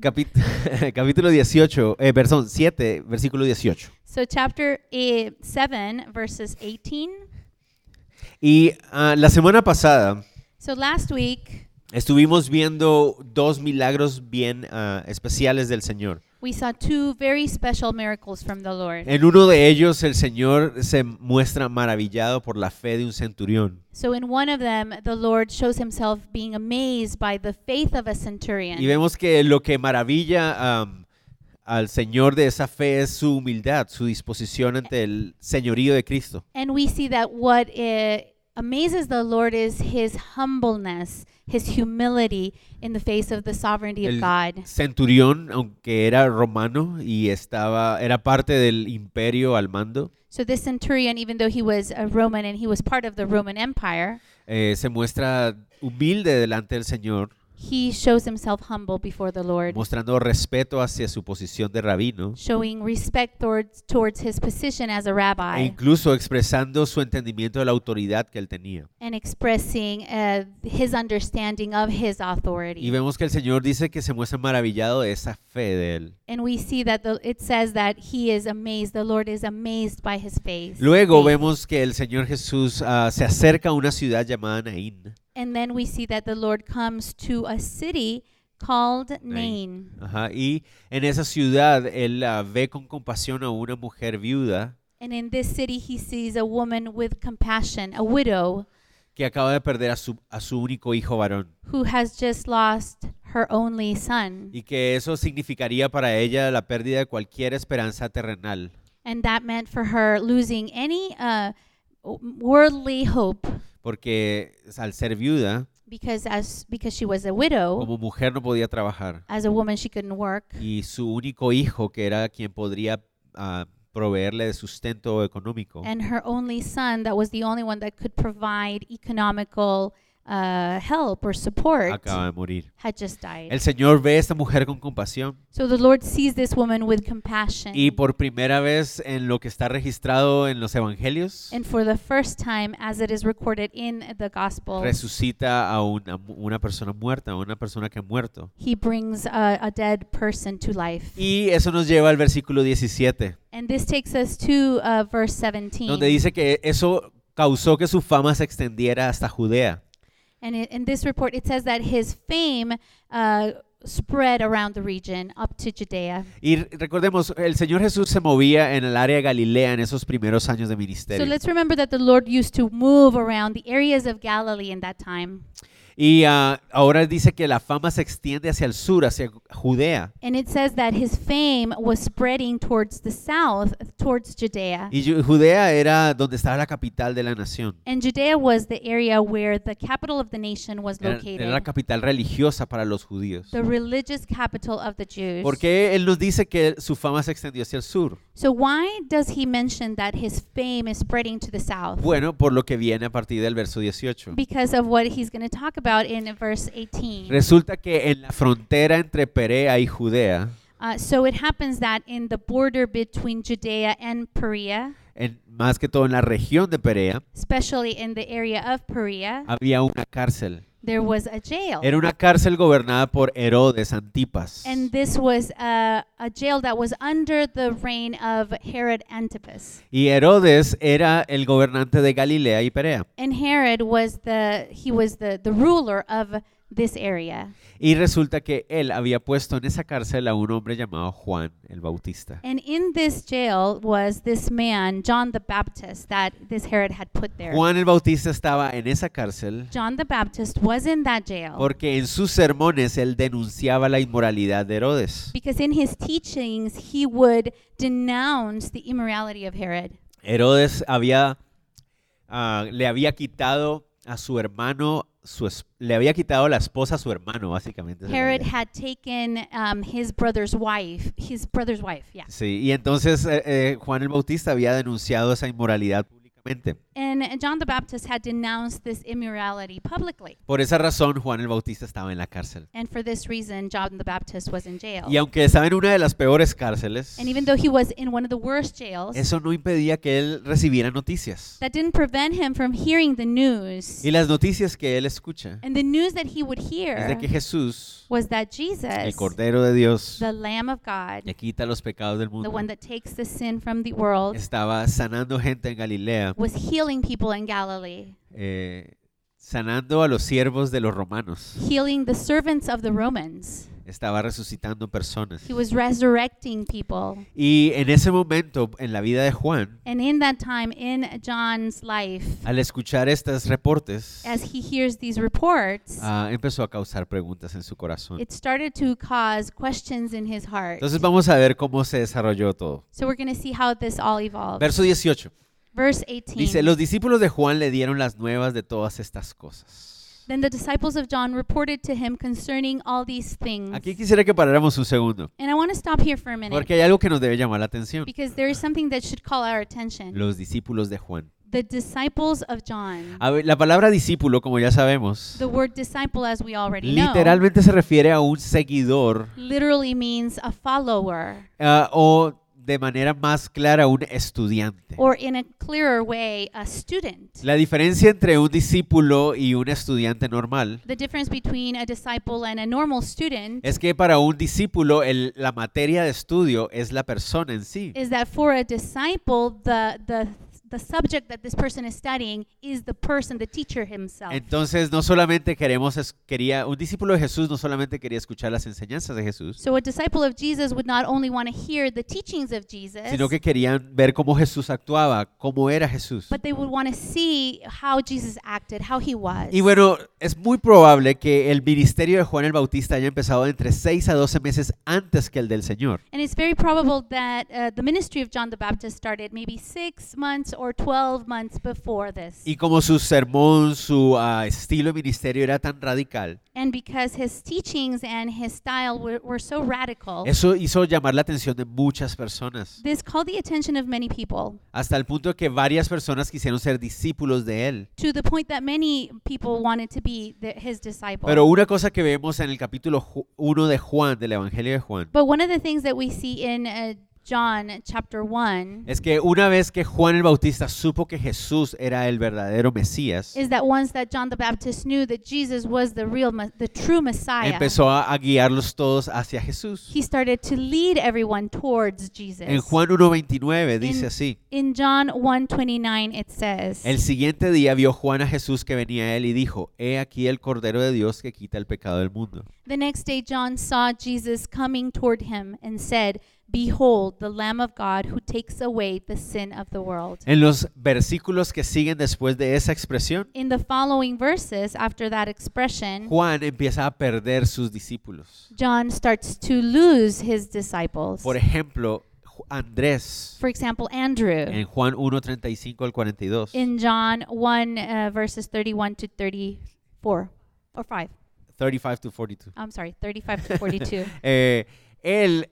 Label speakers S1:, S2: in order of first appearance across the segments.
S1: Capit- capítulo 18, eh, perdón, 7, versículo 18.
S2: So, chapter eh, 7, verses 18.
S1: Y ah, la semana pasada
S2: So, last week,
S1: estuvimos viendo dos milagros bien ah, especiales del Señor.
S2: we saw two very special miracles from the Lord.
S1: En uno de ellos el Señor se muestra maravillado por la fe de un centurión.
S2: So, in one of them, the Lord shows himself being amazed by the faith of a centurion.
S1: Y vemos que lo que maravilla am, al Señor de esa fe es su humildad, su disposición ante el señorío de Cristo.
S2: And we see that what eh, amazes the Lord is his humbleness, his humility in the face of the sovereignty of
S1: El
S2: God.
S1: centurión, aunque era romano y estaba, era parte del imperio al mando,
S2: So, this centurion, even though he was a Roman and he was part of the Roman Empire,
S1: eh, se muestra humilde delante del Señor,
S2: he shows himself humble before the Lord,
S1: mostrando respeto hacia su posición de rabino
S2: showing respect towards, towards his position as a
S1: e
S2: rabbi
S1: incluso expresando su entendimiento de la autoridad que él tenía.
S2: and expressing uh, his understanding of his
S1: Y
S2: authority.
S1: vemos que el Señor dice que se muestra maravillado de esa fe de él.
S2: And we see that the, it says that he is amazed, the Lord is amazed by his face.
S1: Luego
S2: faith.
S1: vemos que el Señor Jesús ah, se acerca a una ciudad llamada Naín.
S2: And then we see that the Lord comes to a city called
S1: Nain.
S2: Nain.
S1: Ajá, y en esa ciudad él ah, ve con compasión a una mujer viuda
S2: And in this city, he sees a woman with compassion, a widow
S1: que acaba de perder a su, a su único hijo varón.
S2: who has just lost her only son.
S1: Y que eso significaría para ella la pérdida de cualquier esperanza terrenal.
S2: And that meant for her losing any uh, worldly hope
S1: Porque al ser viuda,
S2: because, as, because she was a widow,
S1: como mujer no podía trabajar.
S2: as a woman, she couldn't work.
S1: Y su único hijo, que era quien podría ah, proveerle de sustento económico,
S2: And her only son, that was the only one that could provide economical uh, help or support,
S1: acaba de morir.
S2: had just died.
S1: Ah, El Señor ve a esta mujer con compasión
S2: So the Lord sees this woman with compassion.
S1: y por primera vez en lo que está registrado en los evangelios,
S2: and for the first time, as it is recorded in the gospel,
S1: resucita a una, mu- una persona muerta, a una persona que ha muerto.
S2: he brings a, a dead person to life.
S1: Y eso nos lleva al versículo 17,
S2: and this takes us to uh, verse 17.
S1: donde dice que eso causó que su fama se extendiera hasta Judea.
S2: and i- in this report, it says that his fame uh, spread around the region up to Judea.
S1: Y re- recordemos, el Señor Jesús se movía en el área de Galilea en esos primeros años de
S2: So
S1: ministerio.
S2: let's remember that the Lord used to move around the areas of Galilee in that time.
S1: Y ah, ahora dice que la fama se extiende hacia el sur, hacia Judea.
S2: And it says that his fame was spreading towards the south, towards Judea.
S1: Y Ju- Judea era donde estaba la capital de la nación.
S2: And Judea was the area where the capital of the nation was
S1: Era,
S2: located,
S1: era la capital religiosa para los judíos.
S2: the religious capital of the Jews.
S1: Porque Él nos dice que su fama se extendió hacia el sur.
S2: So why does he mention that his fame is spreading to the south?
S1: Bueno, por lo que viene a partir del verso 18.
S2: Because of what he's going to talk about in verse 18.
S1: Resulta que en la frontera entre Perea y Judea,
S2: Uh, so it happens that in the border between Judea and Perea,
S1: en- más que todo en la región de Perea,
S2: especially in the area of Perea,
S1: había una cárcel.
S2: there was a jail.
S1: Era una cárcel gobernada por Herodes Antipas.
S2: And this was uh, a jail that was under the reign of Herod Antipas.
S1: Y Herodes era el gobernante de Galilea y Perea.
S2: And Herod was the he was the the ruler of this area.
S1: Y resulta que él había puesto en esa cárcel a un hombre llamado Juan el Bautista.
S2: And in this jail was this man John the Baptist that this Herod had put there.
S1: Juan el Bautista estaba en esa cárcel
S2: John the Baptist was in that jail
S1: porque en sus sermones él denunciaba la inmoralidad de Herodes.
S2: because in his teachings he would denounce the immorality of Herod.
S1: Herodes había ah, le había quitado a su hermano su es- le había quitado la esposa a su hermano básicamente. esa es la
S2: Herod
S1: idea.
S2: had taken um, his brother's wife, his brother's wife, yeah.
S1: Sí, y entonces eh, eh, Juan el Bautista había denunciado esa inmoralidad públicamente. públicamente.
S2: And John the Baptist had denounced this immorality publicly.
S1: Por esa razón, Juan el Bautista estaba en la cárcel.
S2: And for this reason, John the Baptist was in jail.
S1: Y aunque estaba en una de las peores cárceles,
S2: And even though he was in one of the worst jails,
S1: eso no impedía que él recibiera noticias.
S2: that didn't prevent him from hearing the news.
S1: Y las noticias que él escucha
S2: And the news that he would
S1: es de
S2: hear
S1: que Jesús,
S2: was
S1: el
S2: that Jesus,
S1: Cordero de Dios,
S2: the Lamb of
S1: que
S2: God,
S1: quita los pecados del
S2: the
S1: mundo,
S2: one that takes the sin from the world,
S1: estaba sanando gente en Galilea,
S2: was healing people in Galilee,
S1: eh, sanando a los siervos de los romanos,
S2: healing the servants of the Romans.
S1: estaba resucitando personas.
S2: He was resurrecting people.
S1: Y en ese momento, en la vida de Juan,
S2: And in that time, in John's life,
S1: al escuchar estos reportes,
S2: as he hears these reports,
S1: ah, empezó a causar preguntas en su corazón.
S2: it started to cause questions in his heart.
S1: Entonces vamos a ver cómo se desarrolló todo.
S2: So we're going to see how this all evolved.
S1: Verso 18.
S2: Verse
S1: Dice,
S2: 18.
S1: los discípulos de Juan le dieron las nuevas de todas estas cosas.
S2: Then the disciples of John reported to him concerning all these things.
S1: Aquí quisiera que paráramos un segundo,
S2: And I want to stop here for a minute
S1: porque hay algo que nos debe llamar la atención.
S2: because there is something that should call our attention.
S1: Los discípulos de Juan.
S2: The disciples of John.
S1: A ver, la palabra discípulo, como ya sabemos,
S2: The word disciple, as we already know,
S1: literalmente se refiere a un seguidor
S2: literally means a follower,
S1: ah, o de manera más clara un estudiante.
S2: or in a clearer way, a student.
S1: La diferencia entre un discípulo y un estudiante normal
S2: The difference between a disciple and a normal student
S1: es que para un discípulo el- la materia de estudio es la persona en sí.
S2: is that for a disciple, the, the, the subject that this person is studying is the person, the teacher himself.
S1: Entonces, no solamente queremos, es- quería, un discípulo de Jesús no solamente quería escuchar las enseñanzas de Jesús,
S2: So a disciple of Jesus would not only want to hear the teachings of Jesus,
S1: sino que querían ver cómo Jesús actuaba, cómo era Jesús.
S2: but they would want to see how Jesus acted, how he was.
S1: Y bueno, es muy probable que el ministerio de Juan el Bautista haya empezado entre 6 a 12 meses antes que el del Señor.
S2: and it's very probable that uh, the ministry of John the Baptist started maybe six months or 12 months before this.
S1: Y como su sermón, su ah, estilo de ministerio era tan radical,
S2: and because his teachings and his style were, were so radical,
S1: eso hizo llamar la atención de muchas personas,
S2: this called the attention of many people
S1: hasta el punto que varias personas quisieron ser discípulos de él.
S2: to the point that many people wanted to be the, his disciple.
S1: Pero una cosa que vemos en el capítulo 1 de Juan, del Evangelio de Juan,
S2: but one of the things that we see in uh, John chapter 1
S1: es que una vez que Juan el Bautista supo que Jesús era el verdadero Mesías,
S2: is that once that John the Baptist knew that Jesus was the real, mes- the true Messiah,
S1: empezó a, a guiarlos todos hacia Jesús.
S2: he started to lead everyone towards Jesus.
S1: En Juan 1.29 dice
S2: En-
S1: así,
S2: In John 1:29 it says,
S1: el siguiente día vio Juan a Jesús que venía a él y dijo, he aquí el Cordero de Dios que quita el pecado del mundo.
S2: "The next day John saw Jesus coming toward him and said, Behold, the Lamb of God who takes away the sin of the world."
S1: En los versículos que siguen después de esa expresión,
S2: In the following verses after that expression,
S1: Juan empieza a perder sus discípulos.
S2: John starts to lose his disciples.
S1: Por ejemplo, Ju- Andrés
S2: For example, Andrew.
S1: en Juan 1.35 al 42.
S2: in John 1 uh, verses 31 to 34 or 5.
S1: 35 to 42.
S2: I'm sorry, 35 to 42.
S1: Eh, él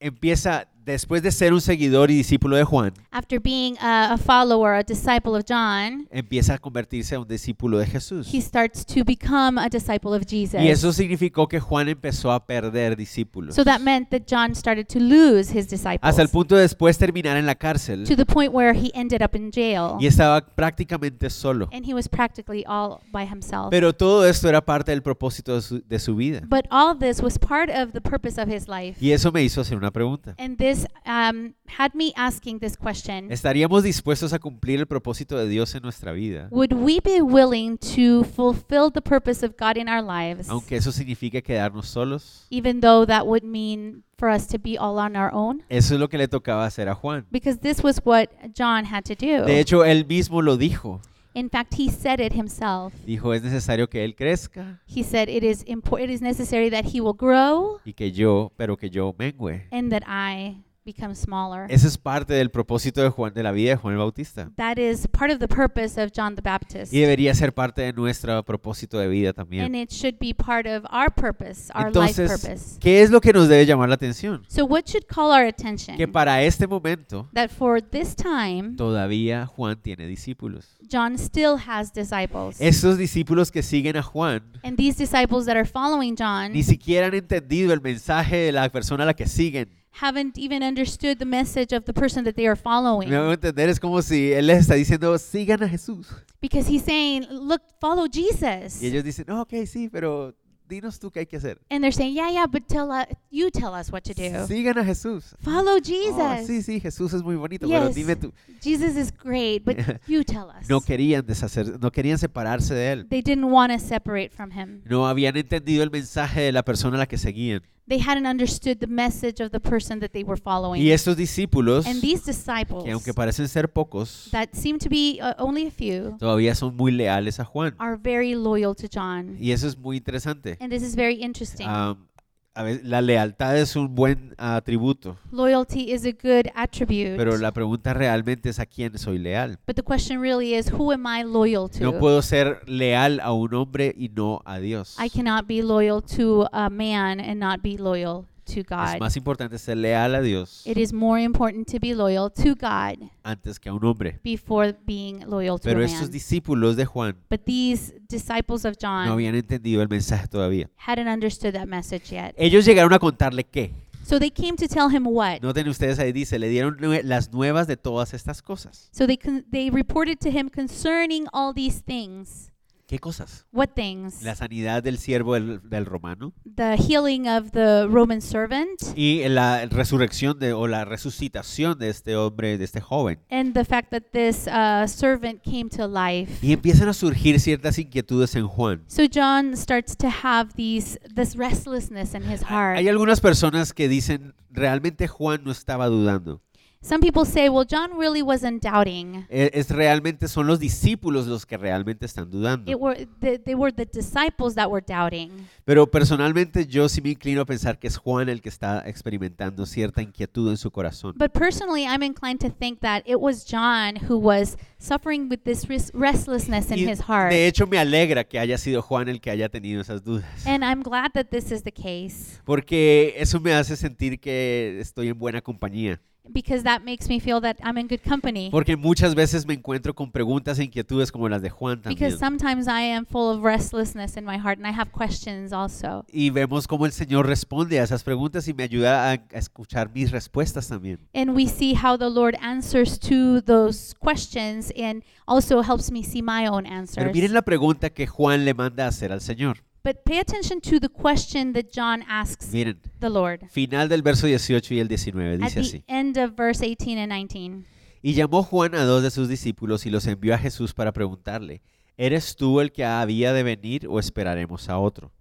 S1: empieza, después de ser un seguidor y discípulo de Juan,
S2: After being a, a follower, a disciple of John,
S1: empieza a convertirse en un discípulo de Jesús.
S2: he starts to become a disciple of Jesus.
S1: Y eso significó que Juan empezó a perder discípulos.
S2: So that meant that John started to lose his disciples
S1: Hasta el punto de después terminar en la cárcel
S2: to the point where he ended up in jail
S1: y estaba prácticamente solo.
S2: and he was practically all by himself.
S1: Pero todo esto era parte del propósito de su, de su vida.
S2: but all this was part of the purpose of his life.
S1: Y eso me hizo hacer una pregunta.
S2: And this um, had me asking this question.
S1: ¿Estaríamos dispuestos a cumplir el propósito de Dios en nuestra vida?
S2: Would we be willing to fulfill the purpose of God in our lives,
S1: Aunque eso signifique quedarnos solos.
S2: even though that would mean for us to be all on our own?
S1: Eso es lo que le tocaba hacer a Juan.
S2: Because this was what John had to do.
S1: De hecho, él mismo lo dijo.
S2: in fact, he said it himself.
S1: Dijo, es necesario que él crezca
S2: He said, "It is important. It is necessary that he will grow,
S1: y que yo, pero que yo mengüe.
S2: and that I become smaller.
S1: Ese es parte del propósito de, Juan, de la vida de Juan el Bautista.
S2: That is part of the purpose of John the Baptist.
S1: Y debería ser parte de nuestro propósito de vida
S2: And
S1: también.
S2: it should be part of our purpose, our life
S1: Entonces,
S2: purpose.
S1: ¿qué es lo que nos debe llamar la atención?
S2: So, what should call our attention?
S1: Que para este momento
S2: That for this time,
S1: todavía Juan tiene discípulos.
S2: John still has disciples.
S1: Esos discípulos que siguen a Juan
S2: and these disciples that are following John
S1: ni siquiera han entendido el mensaje de la persona a la que siguen.
S2: haven't even understood the message of the person that they are following.
S1: Me hago entender, es como si él les está diciendo, sigan a Jesús.
S2: Because he's saying, look, follow Jesus.
S1: Y ellos dicen, "No, ok, sí, pero dinos tú qué hay que hacer.
S2: And they're saying, yeah, yeah, but tell us, you tell us what to do.
S1: Sigan a Jesús.
S2: Follow
S1: "Oh,
S2: Jesus.
S1: sí, sí, Jesús es muy bonito, pero
S2: Yes.
S1: dime tú.
S2: Jesus is great, but you tell us.
S1: No querían deshacer, no querían separarse de él.
S2: They didn't want to separate from him.
S1: No habían entendido el mensaje de la persona a la que seguían.
S2: They hadn't understood the message of the person that they were following.
S1: Y estos discípulos,
S2: And these
S1: que
S2: disciples
S1: aunque parecen ser pocos,
S2: that seem to be uh, only a few
S1: todavía son muy leales a Juan.
S2: are very loyal to John.
S1: Y eso es muy interesante.
S2: And this is very interesting.
S1: Am, a ve- la lealtad es un buen atributo,
S2: Loyalty is a good attribute.
S1: pero la pregunta realmente es a quién soy leal.
S2: But the question really is, who am I loyal to?
S1: No puedo ser leal a un hombre y no a Dios.
S2: I cannot be loyal to a man and not be loyal to
S1: Es
S2: God.
S1: más importante ser leal a Dios
S2: It is more important to be loyal to God
S1: antes que a un hombre.
S2: before being loyal to a
S1: Pero estos
S2: man.
S1: discípulos de Juan
S2: But these disciples of
S1: no
S2: John
S1: habían entendido el mensaje todavía.
S2: hadn't understood that message yet.
S1: Ellos llegaron a contarle qué.
S2: So they came to tell him what?
S1: Noten ustedes ahí dice, le dieron nue- las nuevas de todas estas cosas.
S2: So they con- they reported to him concerning all these things.
S1: ¿Qué cosas?
S2: What things?
S1: La sanidad del siervo del, del romano
S2: the healing of the Roman servant
S1: y la resurrección de, o la resucitación de este hombre, de este joven.
S2: and the fact that this uh, servant came to life.
S1: Y empiezan a surgir ciertas inquietudes en Juan.
S2: So John starts to have these this restlessness in his heart.
S1: Hay algunas personas que dicen, realmente Juan no estaba dudando.
S2: Some people say, well, John really wasn't doubting.
S1: Eh, Es realmente, son los discípulos los que realmente están
S2: It
S1: dudando.
S2: were the, they were the disciples that were doubting.
S1: Pero personalmente yo sí me inclino a pensar que es Juan el que está experimentando cierta inquietud en su corazón.
S2: But personally, I'm inclined to think that it was John who was suffering with this res- restlessness in
S1: Y
S2: his heart.
S1: de hecho me alegra que haya sido Juan el que haya tenido esas dudas,
S2: And I'm glad that this is the case
S1: porque eso me hace sentir que estoy en buena compañía,
S2: because that makes me feel that I'm in good company.
S1: porque muchas veces me encuentro con preguntas e inquietudes como las de Juan también.
S2: Because sometimes I am full of restlessness in my heart and I have questions also.
S1: Y vemos cómo el Señor responde a esas preguntas y me ayuda a, a escuchar mis respuestas también.
S2: And we see how the Lord answers to those questions and also helps me see my own
S1: Pero
S2: answers.
S1: miren la pregunta que Juan le manda a hacer al Señor.
S2: But pay attention to the question that John asks
S1: Miren,
S2: the Lord
S1: final del verso 18 y el 19
S2: at
S1: dice
S2: the
S1: así.
S2: end of verse 18 and 19.
S1: Y llamó Juan a dos de sus discípulos y los envió a Jesús para preguntarle, ¿eres tú el que había de venir o esperaremos a otro?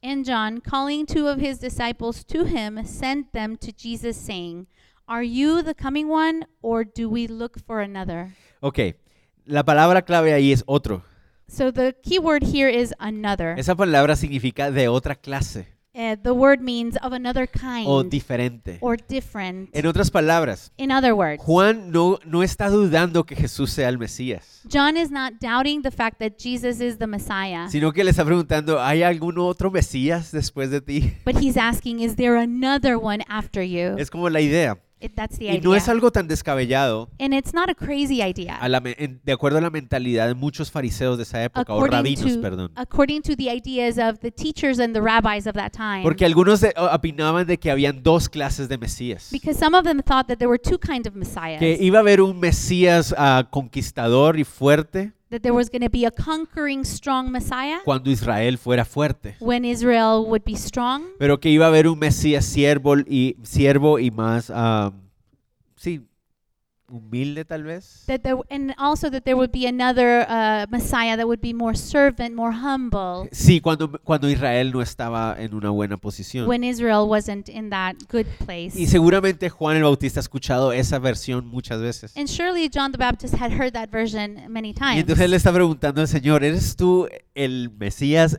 S2: And John, calling two of his disciples to him, sent them to Jesus, saying, Are you the coming one, or do we look for another?
S1: Ok, la palabra clave ahí es otro.
S2: So the key word here is another.
S1: Esa palabra significa de otra clase
S2: Uh, the word means of another kind
S1: o diferente.
S2: or different.
S1: En otras palabras,
S2: In other words,
S1: Juan no, no está dudando que Jesús sea el Mesías,
S2: John is not doubting the fact that Jesus is the Messiah,
S1: sino que le está preguntando, ¿hay algún otro Mesías después de ti?
S2: but he's asking, Is there another one after you?
S1: Es como la idea.
S2: It- that's the
S1: Y no es
S2: idea.
S1: algo tan descabellado
S2: And it's not a crazy idea.
S1: a la me- en- de acuerdo a la mentalidad de muchos fariseos de esa época, o
S2: according
S1: rabinos,
S2: to,
S1: perdón.
S2: according to the ideas of the teachers and the rabbis of that time.
S1: Porque algunos de- o- opinaban de que habían dos clases de Mesías.
S2: Because some of them thought that there were two kinds of messiahs.
S1: Que iba a haber un Mesías ah, conquistador y fuerte
S2: that there was going to be a conquering, strong messiah
S1: cuando Israel fuera fuerte.
S2: when Israel would be strong,
S1: Pero que iba a haber un Mesías siervo y, siervo y más, ah, sí, humilde tal vez.
S2: that there, and also that there would be another uh, messiah that would be more servant, more humble
S1: Sí, cuando, cuando Israel no estaba en una buena posición.
S2: when Israel wasn't in that good place.
S1: Y seguramente Juan el Bautista ha escuchado esa versión muchas veces.
S2: and surely John the Baptist had heard that version many
S1: Y
S2: times.
S1: entonces le está preguntando al Señor, ¿eres tú el Mesías?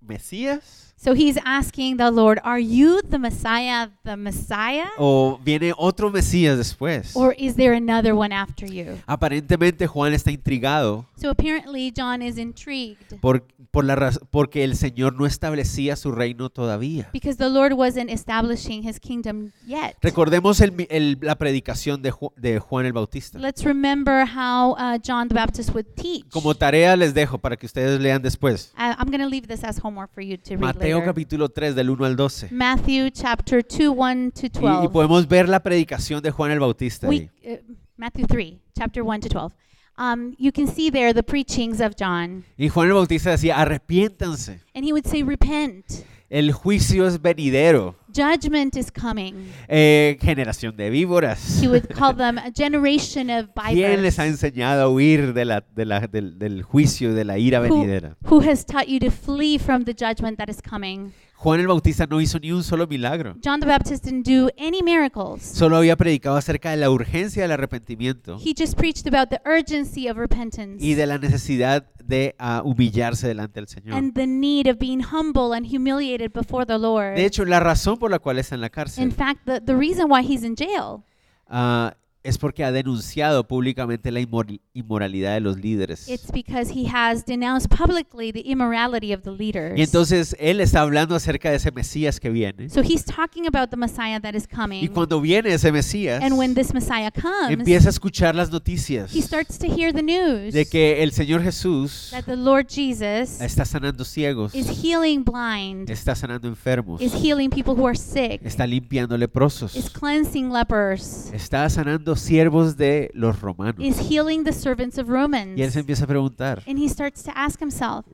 S1: ¿Mesías?
S2: So he's asking the Lord, Are you the Messiah, the Messiah?
S1: ¿O viene otro Mesías después?
S2: Or is there another one after you?
S1: Aparentemente Juan está intrigado
S2: So apparently, John is intrigued
S1: por, por la raz- porque el Señor no establecía su reino todavía.
S2: because the Lord wasn't establishing his kingdom yet.
S1: Recordemos el mi- el- la predicación de, Ju- de Juan el Bautista.
S2: Let's remember how uh, John the Baptist would teach.
S1: Como tarea les dejo para que ustedes lean después.
S2: I- I'm going to leave this as homework for you to read
S1: Mateo
S2: later. Mm,
S1: capítulo 3 del 1 al 12.
S2: Matthew chapter 2, 1 to
S1: Y, y
S2: 12.
S1: podemos ver la predicación de Juan el Bautista.
S2: we,
S1: ahí.
S2: uh, Matthew 3, chapter 1 to 12. Um, you can see there the preachings of John.
S1: Y Juan el Bautista decía, arrepiéntanse.
S2: And he would say, Repent.
S1: El juicio es venidero.
S2: Judgment is coming.
S1: Eh, generación de víboras.
S2: He would call them a generation of
S1: ¿Quién les
S2: vipers.
S1: ha enseñado a huir de la- de la- del, del juicio y de la ira
S2: Who,
S1: venidera?
S2: who has taught you to flee from the judgment that is coming?
S1: Juan el Bautista no hizo ni un solo milagro.
S2: John the Baptist didn't do any miracles.
S1: Solo había predicado acerca de la urgencia del arrepentimiento
S2: He just preached about the urgency of repentance
S1: y de la necesidad de ah, humillarse delante del Señor.
S2: and the need of being humble and humiliated before the Lord.
S1: De hecho, la razón por la cual está en la
S2: In
S1: cárcel
S2: fact, the, the reason why he's in jail
S1: ah, es porque ha denunciado públicamente la inmor- inmoralidad de los líderes.
S2: It's because he has denounced publicly the immorality of the leaders.
S1: Y entonces él está hablando acerca de ese Mesías que viene.
S2: so he's talking about the Messiah that is coming.
S1: Y cuando viene ese Mesías,
S2: and when this Messiah comes,
S1: empieza a escuchar las noticias
S2: he starts to hear the news
S1: de que el Señor Jesús
S2: that the Lord Jesus
S1: está sanando ciegos,
S2: is healing blind,
S1: está sanando enfermos,
S2: is healing people who are sick,
S1: está limpiando
S2: is
S1: leprosos,
S2: cleansing lepers,
S1: está sanando siervos de los romanos.
S2: is healing the servants of Romans.
S1: Y él se empieza a preguntar,
S2: and he starts to ask himself,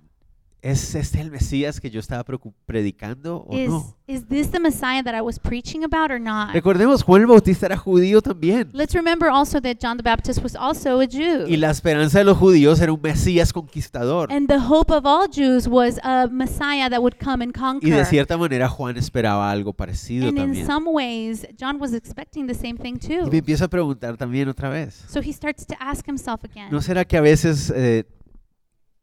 S1: ¿es este el Mesías que yo estaba preocu- predicando o
S2: is,
S1: Oh, no?
S2: is this the Messiah that I was preaching about or not?
S1: Recordemos, Juan el Bautista era judío también.
S2: Let's remember also that John the Baptist was also a Jew.
S1: Y la esperanza de los judíos era un Mesías conquistador.
S2: And the hope of all Jews was a Messiah that would come and conquer.
S1: Y de cierta manera Juan esperaba algo parecido
S2: and in
S1: también.
S2: some ways, John was expecting the same thing
S1: Y me
S2: too.
S1: empiezo a preguntar también otra vez.
S2: So he starts to ask himself again
S1: ¿No será que a veces, eh,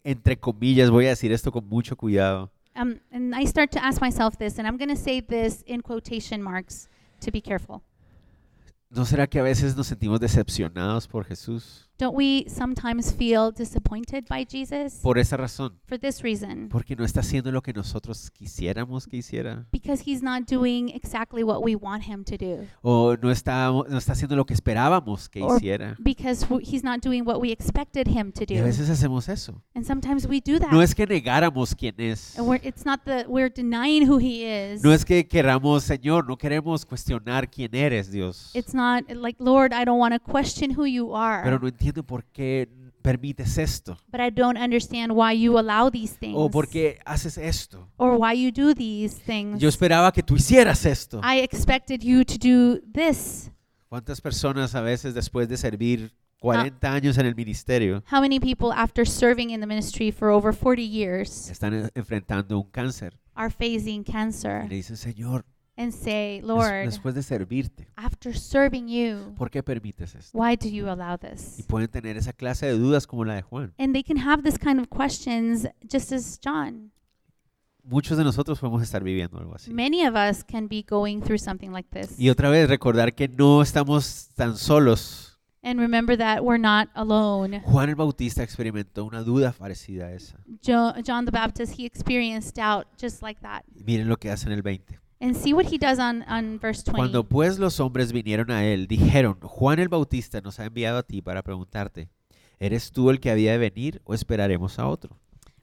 S1: entre comillas, voy a decir esto con mucho cuidado,
S2: um, and I start to ask myself this, and I'm going to say this in quotation marks to be careful.
S1: ¿no será que a veces nos sentimos decepcionados por Jesús?
S2: Don't we sometimes feel disappointed by Jesus?
S1: Por esa razón,
S2: For this reason.
S1: porque no está haciendo lo que nosotros quisiéramos que hiciera,
S2: Because he's not doing exactly what we want him to do.
S1: o no está, no está haciendo lo que esperábamos que
S2: Or-
S1: hiciera.
S2: Because wh- he's not doing what we expected him to
S1: Y a
S2: do.
S1: veces hacemos eso.
S2: And sometimes we do that.
S1: No es que negáramos quién es.
S2: And we're, it's not that we're denying who he is.
S1: No es que queramos, Señor, no queremos cuestionar quién eres, Dios.
S2: It's not like, Lord, I don't want to question who you are,
S1: Pero no entiendo por qué permites esto.
S2: but I don't understand why you allow these things
S1: o Oh, por qué haces esto.
S2: or why you do these things.
S1: Yo esperaba que tú hicieras esto.
S2: I expected you to do this.
S1: ¿Cuántas personas a veces después de servir 40 años en el ministerio
S2: How many people, after serving in the ministry for over 40 years,
S1: están en- enfrentando un cáncer?
S2: are facing
S1: Y
S2: cancer
S1: le dicen, Señor, des-
S2: and say, Lord,
S1: después de servirte,
S2: after serving you,
S1: ¿por qué permites esto?
S2: why do you allow
S1: Y
S2: this?
S1: pueden tener esa clase de dudas como la de Juan.
S2: And they can have this kind of questions just as John.
S1: Muchos de nosotros podemos estar viviendo algo así.
S2: Many of us can be going through something like this.
S1: Y otra vez, recordar que no estamos tan solos.
S2: And remember that we're not alone.
S1: Juan el Bautista experimentó una duda parecida a esa.
S2: Jo- John the Baptist, he experienced doubt just like that.
S1: Y miren lo que hace en el 20.
S2: And see what he does on, on verse 20.
S1: Cuando pues los hombres vinieron a él, dijeron, Juan el Bautista nos ha enviado a ti para preguntarte, ¿eres tú el que había de venir o esperaremos a otro?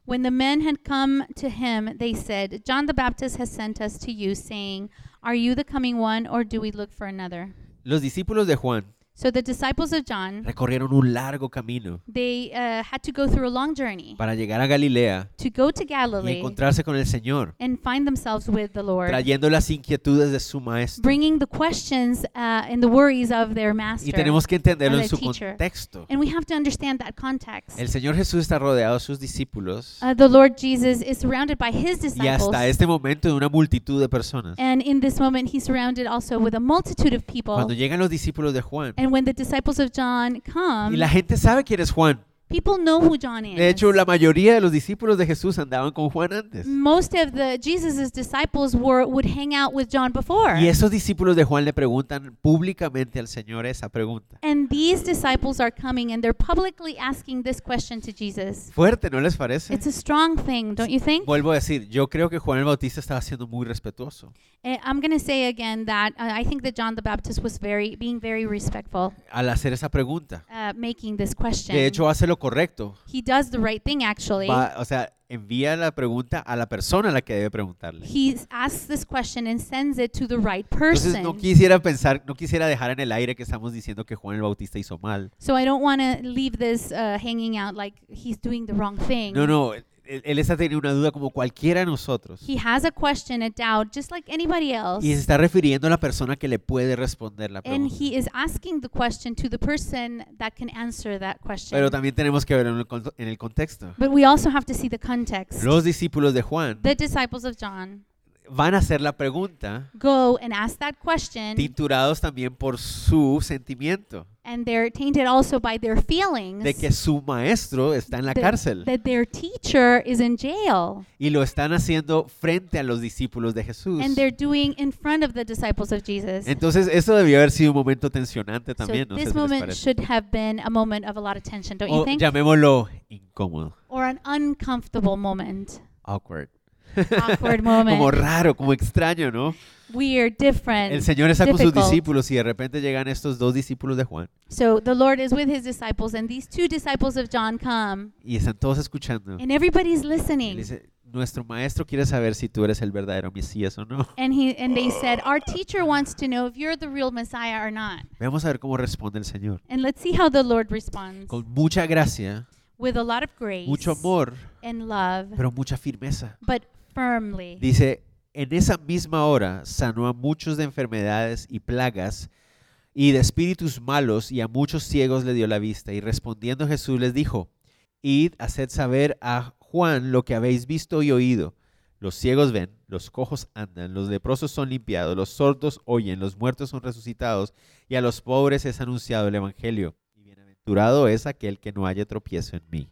S2: When the men had come to him, they said, John the Baptist has sent us to you, saying, Are you the coming one, or do we look for another?
S1: Los discípulos de Juan
S2: So the disciples of John,
S1: recorrieron un largo camino
S2: they uh, had to go through a long journey
S1: para llegar a Galilea
S2: to go to
S1: y
S2: Galilee
S1: encontrarse con el Señor,
S2: and find themselves with the Lord,
S1: trayendo las inquietudes de su maestro.
S2: bringing the questions uh, and the worries of their
S1: Y
S2: master.
S1: tenemos que entenderlo
S2: and
S1: en
S2: the
S1: su
S2: teacher.
S1: contexto.
S2: And we have to understand that context.
S1: El Señor Jesús está rodeado de sus discípulos
S2: Uh, the Lord Jesus is surrounded by his
S1: y hasta
S2: disciples.
S1: este momento de una multitud de personas.
S2: And in this moment, he's surrounded also with a multitude of
S1: Cuando
S2: people.
S1: llegan los discípulos de Juan,
S2: And when the disciples of John
S1: y
S2: come,
S1: la gente sabe quién es Juan,
S2: People know who John is.
S1: De hecho, la mayoría de los discípulos de Jesús andaban con Juan antes.
S2: Most of the Jesus' disciples were would hang out with John before.
S1: Y esos discípulos de Juan le preguntan públicamente al Señor esa pregunta.
S2: And these disciples are coming and they're publicly asking this question to Jesus.
S1: Fuerte, ¿no les parece?
S2: It's a strong thing, don't you think?
S1: Vuelvo a decir, yo creo que Juan el Bautista estaba siendo muy respetuoso.
S2: Eh, I'm going to say again that uh, I think that John the Baptist was very being very respectful
S1: al hacer esa pregunta.
S2: uh, making this question.
S1: De hecho, hace lo correcto.
S2: he does the right thing actually.
S1: Va- o sea, envía la pregunta a la persona a la que debe preguntarle.
S2: he asks this question and sends it to the right
S1: Entonces
S2: person.
S1: no quisiera pensar, no quisiera dejar en el aire que estamos diciendo que Juan el Bautista hizo mal.
S2: so I don't want to leave this uh, hanging out like he's doing the wrong thing.
S1: No, no, él, él está teniendo una duda como cualquiera de nosotros.
S2: He has a question, a doubt, just like anybody else.
S1: Y se está refiriendo a la persona que le puede responder la
S2: and
S1: pregunta.
S2: he is asking the question to the person that can answer that question.
S1: Pero también tenemos que ver en el, conto- en el contexto.
S2: but we also have to see the context.
S1: Los discípulos de Juan
S2: The disciples of John
S1: van a hacer la pregunta,
S2: go and ask that question,
S1: tinturados también por su sentimiento
S2: and they're tainted also by their feelings
S1: de que su maestro está en la
S2: that-
S1: cárcel.
S2: that their teacher is in jail,
S1: Y lo están haciendo frente a los discípulos de Jesús.
S2: and they're doing in front of the disciples of Jesus.
S1: Entonces, eso debió haber sido un momento tensionante
S2: so
S1: también, ¿no? sé
S2: this
S1: si les
S2: moment
S1: parece. Oh,
S2: should have been a moment of a lot of tension, don't you
S1: O
S2: think?
S1: llamémoslo incómodo,
S2: Or an uncomfortable moment,
S1: awkward,
S2: awkward
S1: como
S2: moment,
S1: raro, como extraño, ¿no?
S2: weird, different.
S1: El Señor está con sus
S2: difficult.
S1: discípulos y de repente llegan estos dos discípulos de Juan
S2: So the Lord is with his disciples, and these two disciples of John come,
S1: y están todos escuchando.
S2: and everybody's
S1: Y le
S2: listening.
S1: Mm. dice, nuestro maestro quiere saber si tú eres el verdadero Mesías o no.
S2: And he and they said, "Our teacher wants to know if you're the real Messiah or not."
S1: Vamos a ver cómo responde el Señor.
S2: And let's see how the Lord responds
S1: Con mucha gracia,
S2: with a lot of grace,
S1: mucho amor,
S2: and love,
S1: pero mucha firmeza.
S2: but firmly.
S1: Dice, en esa misma hora sanó a muchos de enfermedades y plagas y de espíritus malos y a muchos ciegos le dio la vista. Y respondiendo Jesús les dijo, id, haced saber a Juan lo que habéis visto y oído. Los ciegos ven, los cojos andan, los leprosos son limpiados, los sordos oyen, los muertos son resucitados y a los pobres es anunciado el Evangelio. Y bienaventurado es aquel que no haya tropiezo en mí.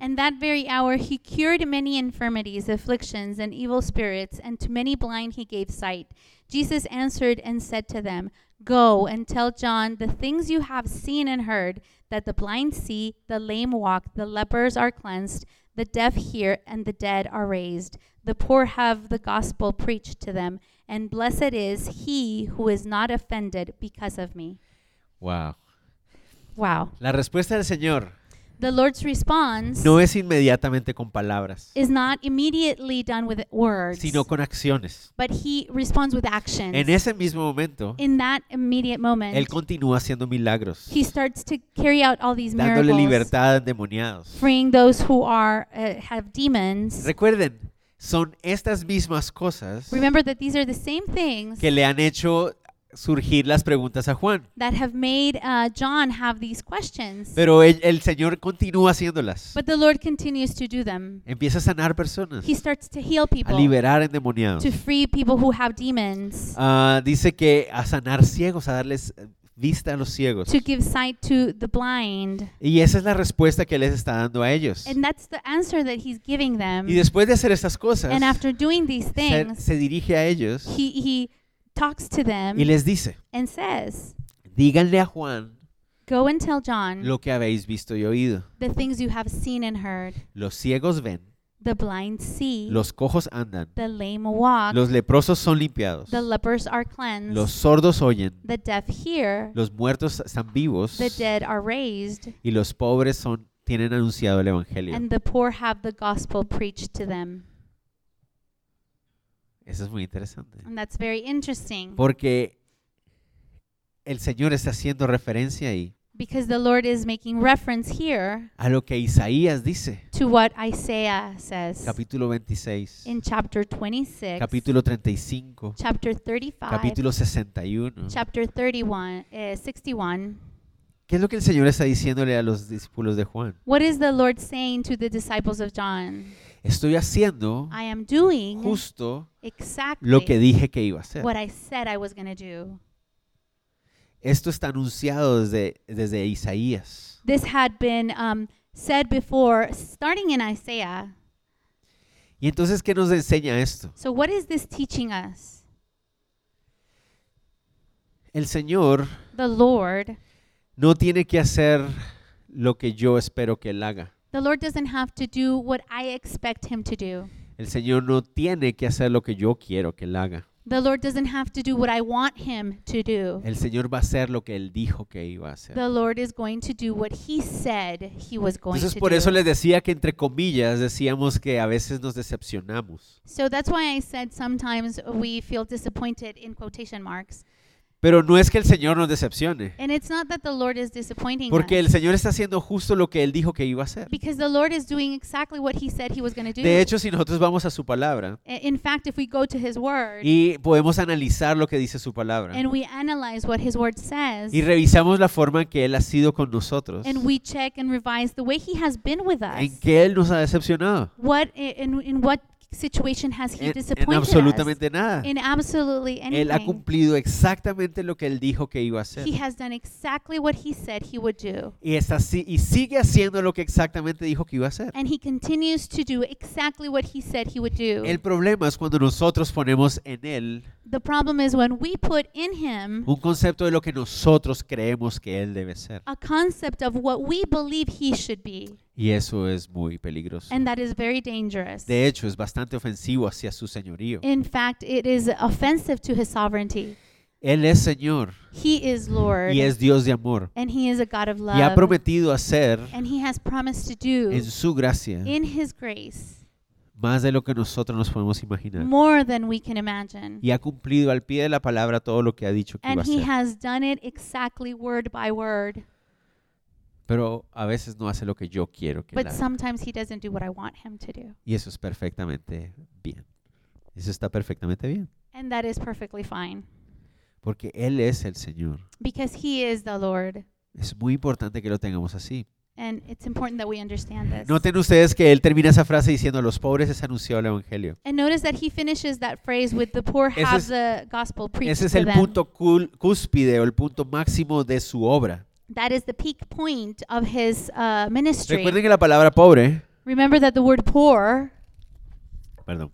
S2: And that very hour he cured many infirmities, afflictions, and evil spirits, and to many blind he gave sight. Jesus answered and said to them, Go and tell John the things you have seen and heard that the blind see, the lame walk, the lepers are cleansed, the deaf hear, and the dead are raised. The poor have the gospel preached to them, and blessed is he who is not offended because of me.
S1: Wow.
S2: Wow.
S1: La respuesta del Señor
S2: The Lord's response
S1: no es inmediatamente con palabras.
S2: is not immediately done with words.
S1: sino con acciones.
S2: but he responds with actions.
S1: En ese mismo momento,
S2: In that immediate moment,
S1: él continúa haciendo milagros,
S2: he starts to carry out all these
S1: dándole
S2: miracles,
S1: libertad a endemoniados.
S2: freeing those who are uh, have demons.
S1: Recuerden, son estas mismas cosas
S2: Remember that these are the same things
S1: que le han hecho surgir las preguntas a Juan,
S2: that have made uh, John have these questions.
S1: pero el, el Señor continúa haciéndolas.
S2: But the Lord continues to do them.
S1: Empieza a sanar personas,
S2: He starts to heal
S1: a
S2: people,
S1: liberar endemoniados.
S2: to free people who have demons,
S1: Ah, dice que a sanar ciegos, a darles eh, vista a los ciegos.
S2: to give sight to the blind.
S1: Y esa es la respuesta que les está dando a ellos.
S2: And that's the answer that he's giving them.
S1: Y después de hacer estas cosas,
S2: And after doing these
S1: se,
S2: things,
S1: se dirige a ellos
S2: he he talks to them
S1: y les dice,
S2: and says,
S1: díganle a Juan
S2: "Go and tell John
S1: lo que habéis visto y oído.
S2: the things you have seen and heard.
S1: Los ciegos ven,
S2: The blind see,
S1: los cojos andan,
S2: Mm. the lame walk,
S1: los leprosos son limpiados,
S2: the lepers are cleansed,
S1: los sordos oyen,
S2: the deaf hear,
S1: los muertos están vivos
S2: the dead are raised,
S1: y los pobres son tienen anunciado el evangelio.
S2: and the poor have the gospel preached to them."
S1: Eso es muy interesante,
S2: And that's very interesting
S1: porque el Señor está haciendo referencia ahí
S2: because the Lord is making reference here
S1: a lo que Isaías dice,
S2: to what Isaiah says
S1: capítulo 26,
S2: in chapter 26,
S1: capítulo 35,
S2: chapter 35,
S1: capítulo 61.
S2: chapter 31, uh, 61.
S1: ¿Qué es lo que el Señor está diciéndole a los discípulos de Juan?
S2: What is the Lord saying to the disciples of John?
S1: Estoy haciendo
S2: I am doing
S1: justo
S2: exactly
S1: lo que dije que iba a hacer.
S2: what I said I was going to do.
S1: Esto está anunciado desde, desde Isaías.
S2: This had been um, said before, starting in Isaiah.
S1: Y entonces, ¿qué nos enseña esto?
S2: So, what is this teaching us?
S1: El Señor
S2: The Lord,
S1: no tiene que hacer lo que yo espero que Él haga.
S2: the Lord doesn't have to do what I expect him to do.
S1: El Señor no tiene que hacer lo que yo quiero que Él haga.
S2: The Lord doesn't have to do what I want him to do.
S1: El Señor va a hacer lo que Él dijo que iba a hacer.
S2: The Lord is going to do what he said he was going
S1: Entonces
S2: to
S1: por
S2: do.
S1: eso les decía que entre comillas decíamos que a veces nos decepcionamos.
S2: so that's why I said sometimes we feel disappointed in quotation marks.
S1: Pero no es que el Señor nos decepcione,
S2: And it's not that the Lord is disappointing
S1: porque
S2: us.
S1: el Señor está haciendo justo lo que Él dijo que iba a hacer.
S2: Because the Lord is doing exactly what he said he was going to do.
S1: De hecho, si nosotros vamos a su palabra
S2: I- In fact, if we go to his word
S1: y podemos analizar lo que dice su palabra
S2: and we analyze what his word says
S1: y revisamos la forma en que Él ha sido con nosotros,
S2: and we check and revise the way he has been with us,
S1: en que Él nos ha decepcionado,
S2: what i- in, in what situation has he
S1: en, en
S2: disappointed us?
S1: absolutamente nada.
S2: In absolutely
S1: Él ha
S2: anything.
S1: cumplido exactamente lo que Él dijo que iba a hacer.
S2: He has done exactly what he said he would do.
S1: Y, es así- y sigue haciendo lo que exactamente dijo que iba a hacer.
S2: And he continues to do exactly what he said he would do.
S1: El problema es cuando nosotros ponemos en Él
S2: the problem is when we put in him
S1: un concepto de lo que nosotros creemos que Él debe ser.
S2: a concept of what we believe he should be.
S1: Y eso es muy peligroso.
S2: And that is very dangerous.
S1: De hecho, es bastante ofensivo hacia su señorío.
S2: In fact, it is offensive to his sovereignty.
S1: Él es Señor
S2: He is Lord.
S1: y es Dios de amor.
S2: and he is a God of
S1: Y ha
S2: love.
S1: prometido hacer
S2: and he has promised to
S1: en
S2: do
S1: su gracia
S2: in his grace
S1: más de lo que nosotros nos podemos imaginar.
S2: more than we can imagine.
S1: Y ha cumplido al pie de la palabra todo lo que ha dicho que iba
S2: And
S1: a
S2: he
S1: hacer.
S2: has done it exactly word by word.
S1: Pero a veces no hace lo que yo quiero que él
S2: But
S1: haga.
S2: sometimes he doesn't do what I want him to do.
S1: Y eso es perfectamente bien. Eso está perfectamente bien.
S2: And that is perfectly fine
S1: Porque Él es el Señor.
S2: because he is the Lord.
S1: Es muy importante que lo tengamos así.
S2: And it's important that we understand this.
S1: Noten ustedes que él termina esa frase diciendo, a los pobres es anunciado el Evangelio.
S2: and notice that he finishes that phrase with the poor
S1: Ese
S2: have
S1: es-
S2: the gospel preached
S1: Ese es
S2: to
S1: el
S2: them.
S1: punto cul- cúspide o el punto máximo de su obra.
S2: That is the peak point of his uh, ministry.
S1: Recuerden que la palabra pobre,
S2: Remember that the word poor
S1: perdón,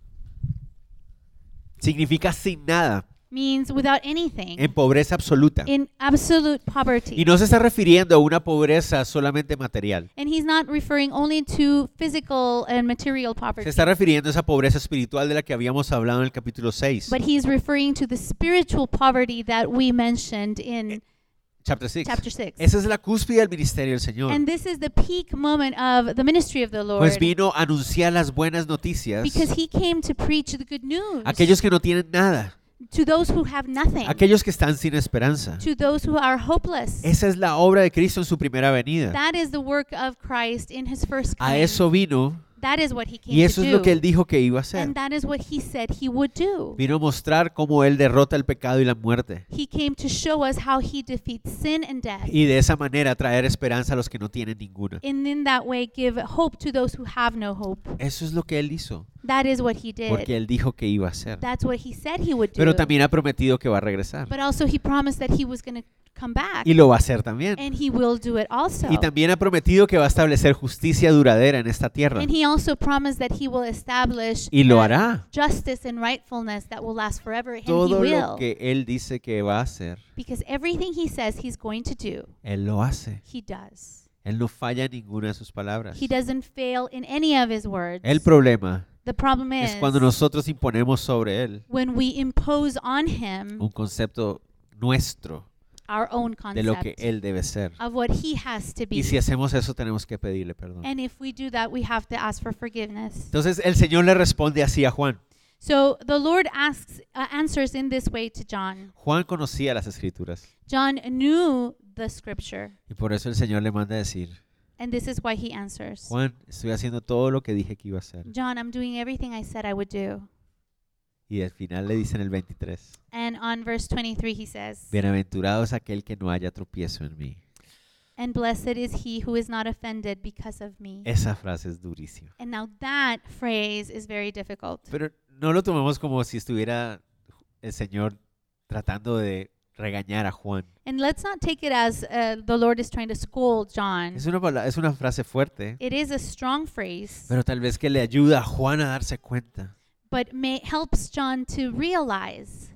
S1: significa sin nada,
S2: means without anything,
S1: en pobreza absoluta.
S2: in absolute poverty.
S1: Y no se está refiriendo a una pobreza solamente material.
S2: and he's not referring only to physical and material poverty.
S1: Se está refiriendo a esa pobreza espiritual de la que habíamos hablado en el capítulo 6,
S2: But he's referring to the spiritual poverty that we mentioned in
S1: chapter 6.
S2: chapter 6.
S1: Esa Eh, es la cúspide del ministerio del Señor.
S2: And this is the peak moment of the ministry of the Lord.
S1: Pues vino a anunciar las buenas noticias
S2: Because he came to preach the good news
S1: a aquellos que no tienen nada,
S2: to those who have nothing,
S1: a aquellos que están sin esperanza.
S2: to those who are hopeless.
S1: Esa es la obra de Cristo en su primera venida.
S2: That is the work of Christ in his first
S1: A
S2: coming.
S1: eso vino
S2: that is what he came
S1: y eso
S2: to
S1: es
S2: do.
S1: lo que él dijo que iba a hacer.
S2: and that is what he said he would do.
S1: Vino a mostrar cómo él derrota el pecado y la muerte
S2: He came to show us how he defeats sin and death.
S1: y de esa manera traer esperanza a los que no tienen ninguna.
S2: and in that way, give hope to those who have no hope.
S1: Eso es lo que él hizo,
S2: That is what he did.
S1: porque él dijo que iba a hacer.
S2: That's what he said he would do.
S1: Pero también ha prometido que va a regresar
S2: but also he promised that he was going to come back
S1: y lo va a hacer también.
S2: and he will do it also.
S1: Y también ha prometido que va a establecer justicia duradera en esta tierra
S2: and he also promised that he will establish
S1: y lo
S2: uh,
S1: hará.
S2: justice and rightfulness that will last forever and he
S1: Todo
S2: will
S1: lo que él dice que va a hacer,
S2: because everything he says he's going to do,
S1: él lo hace.
S2: he does.
S1: Él no falla en ninguna de sus palabras.
S2: He doesn't fail in any of his words.
S1: El problema
S2: the problem is
S1: es cuando nosotros imponemos sobre él
S2: when we impose on him
S1: un concepto nuestro
S2: our own
S1: de
S2: concept
S1: lo que él debe ser.
S2: of what he has to be.
S1: Y si hacemos eso tenemos que pedirle perdón.
S2: and if we do that, we have to ask for forgiveness.
S1: Entonces el Señor le responde así a Juan.
S2: So the Lord asks uh, answers in this way to John.
S1: Juan conocía las escrituras
S2: John knew the scripture,
S1: y por eso el Señor le manda a decir,
S2: and this is why he answers.
S1: Juan, estoy haciendo todo lo que dije que iba a hacer.
S2: John, I'm doing everything I said I would do.
S1: Y al final le dicen el 23,
S2: And on verse 23 he says,
S1: bienaventurado es aquel que no haya tropiezo en mí.
S2: "And blessed is he who is not offended because of me."
S1: Esa frase es durísima.
S2: And now that phrase is very difficult.
S1: Pero no lo tomemos como si estuviera el Señor tratando de regañar a Juan.
S2: And let's not take it as uh, the Lord is trying to scold John.
S1: Es una, pala- es una frase fuerte,
S2: It is a strong phrase,
S1: pero tal vez que le ayuda a Juan a darse cuenta.
S2: but may, helps John to realize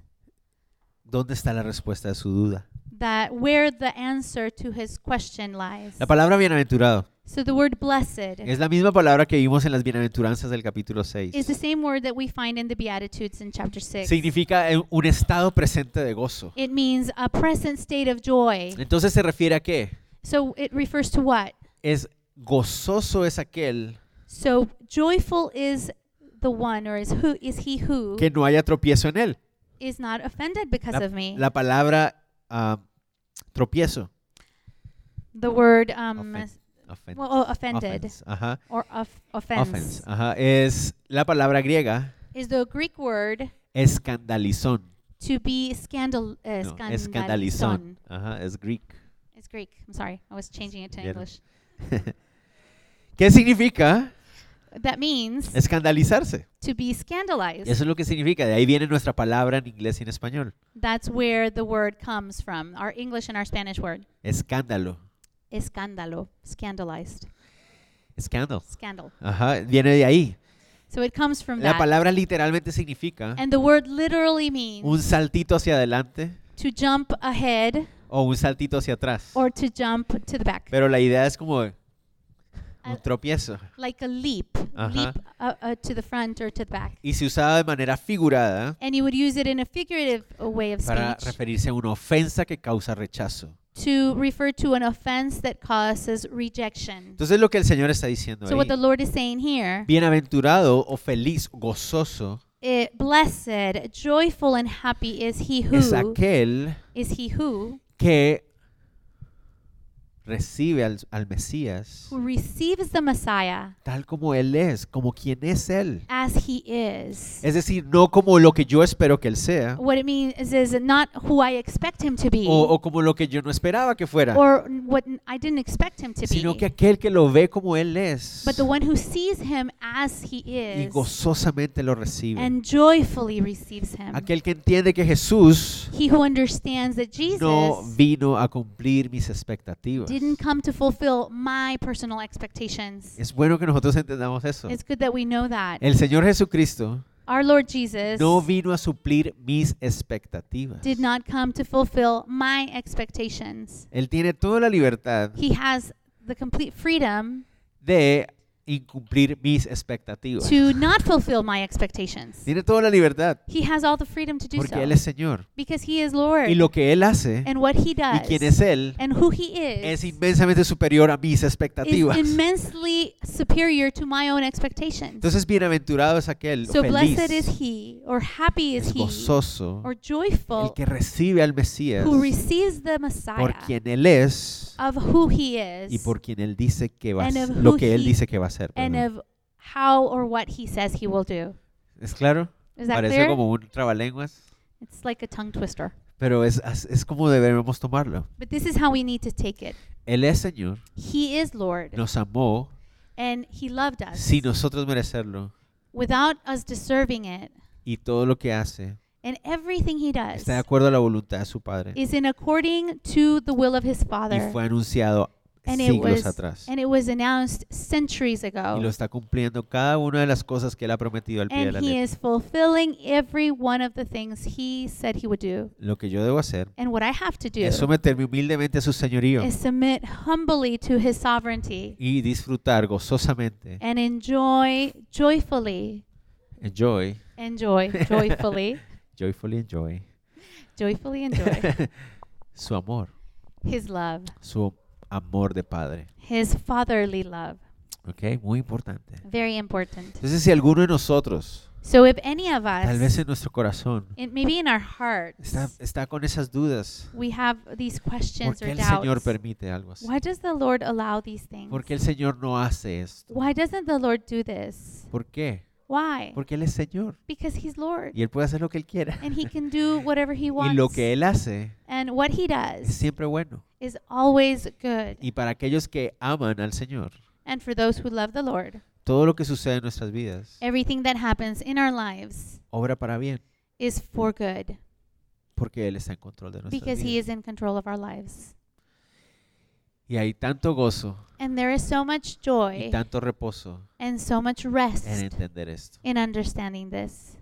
S1: ¿Dónde está la respuesta de su duda?
S2: that where the answer to his question lies.
S1: La palabra bienaventurado
S2: So the word blessed
S1: es la misma palabra que vimos en las bienaventuranzas del capítulo 6.
S2: is the same word that we find in the Beatitudes in chapter 6.
S1: Significa eh, un estado presente de gozo.
S2: It means a present state of joy.
S1: Entonces se refiere a qué?
S2: So it refers to what?
S1: Es gozoso es aquel
S2: So joyful is the one or is who is he who
S1: que no haya tropiezo en él.
S2: is not offended because of me.
S1: La palabra ah, tropiezo.
S2: the word um
S1: Offen- offen-
S2: well, oh, offended
S1: offense, ajá.
S2: or of, offense,
S1: Offense, ajá. Es la palabra griega
S2: is the Greek word
S1: escandalizón.
S2: to be scandal uh,
S1: No,
S2: scandalizon.
S1: escandalizón. Ajá, es Greek.
S2: It's Greek. I'm sorry. I was changing it to
S1: Bien.
S2: English.
S1: ¿Qué significa
S2: That means
S1: escandalizarse?
S2: to be scandalized.
S1: Eso es lo que significa. De ahí viene nuestra palabra en inglés y en español.
S2: That's where the word comes from. Our English and our Spanish word.
S1: Escándalo.
S2: Escándalo. Scandalized.
S1: Escándalo.
S2: Scandal.
S1: Ajá, viene de ahí.
S2: So it comes from
S1: La
S2: that.
S1: palabra literalmente significa
S2: And the word literally means
S1: un saltito hacia adelante
S2: to jump ahead
S1: o un saltito hacia atrás.
S2: or to jump to the back.
S1: Pero la idea es como
S2: Ah.
S1: un tropiezo.
S2: Like a leap.
S1: Ajá.
S2: Leap uh, uh, to the front or to the back.
S1: Y se usaba de manera figurada
S2: And you would use it in a figurative uh, way of
S1: para
S2: speech
S1: referirse a una ofensa que causa rechazo.
S2: to refer to an offense that causes rejection.
S1: Entonces lo que el Señor está diciendo
S2: So what the
S1: ahí,
S2: Lord is saying here,
S1: bienaventurado o feliz, gozoso,
S2: it, blessed, joyful and happy is he who
S1: es aquel
S2: is he who
S1: que recibe al, al Mesías
S2: who receives the Messiah
S1: tal como Él es, como quien es Él.
S2: as he is.
S1: Es decir, no como lo que yo espero que Él sea
S2: What it means is, is not who I expect him to be
S1: o, o como lo que yo no esperaba que fuera,
S2: or what n- I didn't expect him to
S1: sino que
S2: be,
S1: aquel que lo ve como Él es
S2: but the one who sees him as he
S1: y
S2: is
S1: gozosamente lo recibe.
S2: and um, joyfully receives him.
S1: Aquel que entiende que Jesús
S2: He who understands that
S1: no
S2: Jesus
S1: vino a cumplir mis expectativas.
S2: didn't come to fulfill my personal expectations.
S1: Es bueno que nosotros entendamos eso.
S2: It's good that we know that.
S1: El Señor Jesucristo
S2: Our Lord Jesus
S1: no vino a suplir mis expectativas.
S2: did not come to fulfill my expectations.
S1: Él tiene toda la libertad
S2: He has the complete freedom
S1: de incumplir mis expectativas.
S2: to not fulfill my expectations.
S1: Tiene toda la libertad
S2: He has all the freedom to do
S1: porque
S2: so
S1: Él es Señor.
S2: because he is Lord.
S1: Y lo que Él hace
S2: And what he
S1: y
S2: does
S1: quien es Él
S2: and who he
S1: es
S2: is is
S1: inmensamente superior a mis expectativas.
S2: immensely superior to my own expectations.
S1: Entonces, bienaventurado es aquel o
S2: So blessed is
S1: feliz,
S2: he or happy
S1: es
S2: is he
S1: gozoso,
S2: or
S1: el
S2: joyful
S1: que recibe al Mesías
S2: who receives the
S1: por
S2: Messiah
S1: quien Él es
S2: of who he
S1: y
S2: is
S1: por quien Él dice que va a
S2: and
S1: ser,
S2: of
S1: lo
S2: who
S1: que Él
S2: he-
S1: dice que va a hacer.
S2: and
S1: perdón.
S2: of how or what he says he will do.
S1: ¿Es claro?
S2: Is that
S1: Parece
S2: clear?
S1: como un trabalenguas,
S2: It's like a tongue twister.
S1: pero es, as- es como debemos tomarlo.
S2: But this is how we need to take it.
S1: Él es Señor,
S2: He is Lord,
S1: nos amó
S2: and He loved us
S1: sin nosotros merecerlo
S2: without us deserving it.
S1: y todo lo que hace
S2: And everything He does
S1: está de acuerdo a la voluntad de su Padre
S2: is in according to the will of His
S1: y
S2: Father.
S1: fue anunciado
S2: And it
S1: siglos
S2: was
S1: atrás
S2: and it was announced centuries
S1: y lo
S2: ago.
S1: está cumpliendo cada una de las cosas que Él ha prometido al pie de
S2: And
S1: la
S2: He
S1: letra.
S2: is fulfilling every one of the things He said He would do.
S1: Lo que yo debo hacer
S2: And what I have to do
S1: es someterme humildemente a su señorío
S2: is submit humbly to His sovereignty
S1: y disfrutar gozosamente,
S2: and enjoy joyfully,
S1: enjoy,
S2: enjoy joyfully,
S1: joyfully enjoy,
S2: joyfully enjoy.
S1: su amor,
S2: His love,
S1: su amor de Padre.
S2: His fatherly love.
S1: ¿Ok? Muy importante.
S2: Very important.
S1: Entonces, si alguno de nosotros,
S2: So, if any of
S1: tal vez
S2: us,
S1: en nuestro corazón,
S2: it, maybe in our
S1: está,
S2: hearts,
S1: está con esas dudas,
S2: we have these
S1: ¿por
S2: questions
S1: qué
S2: or
S1: el Señor
S2: doubts.
S1: permite algo así?
S2: Why does the Lord allow these things?
S1: ¿Por qué el Señor no hace esto?
S2: Why doesn't the Lord do this?
S1: ¿Por qué?
S2: Why?
S1: Porque Él es Señor
S2: Because He's Lord
S1: y Él puede hacer lo que Él quiera.
S2: and He can do whatever He
S1: Y lo
S2: wants.
S1: que Él hace
S2: And what He
S1: es
S2: does
S1: siempre bueno.
S2: is always good.
S1: Y para aquellos que aman al Señor,
S2: And for those who love the Lord,
S1: todo lo que sucede en nuestras vidas
S2: everything that happens in our lives
S1: obra para bien.
S2: is for good.
S1: porque Él está en control de nuestras
S2: because He
S1: vidas.
S2: is in control of our lives.
S1: Y hay tanto gozo
S2: And there is so much
S1: y
S2: joy
S1: tanto reposo
S2: and so much
S1: en
S2: rest
S1: entender esto.
S2: in understanding this.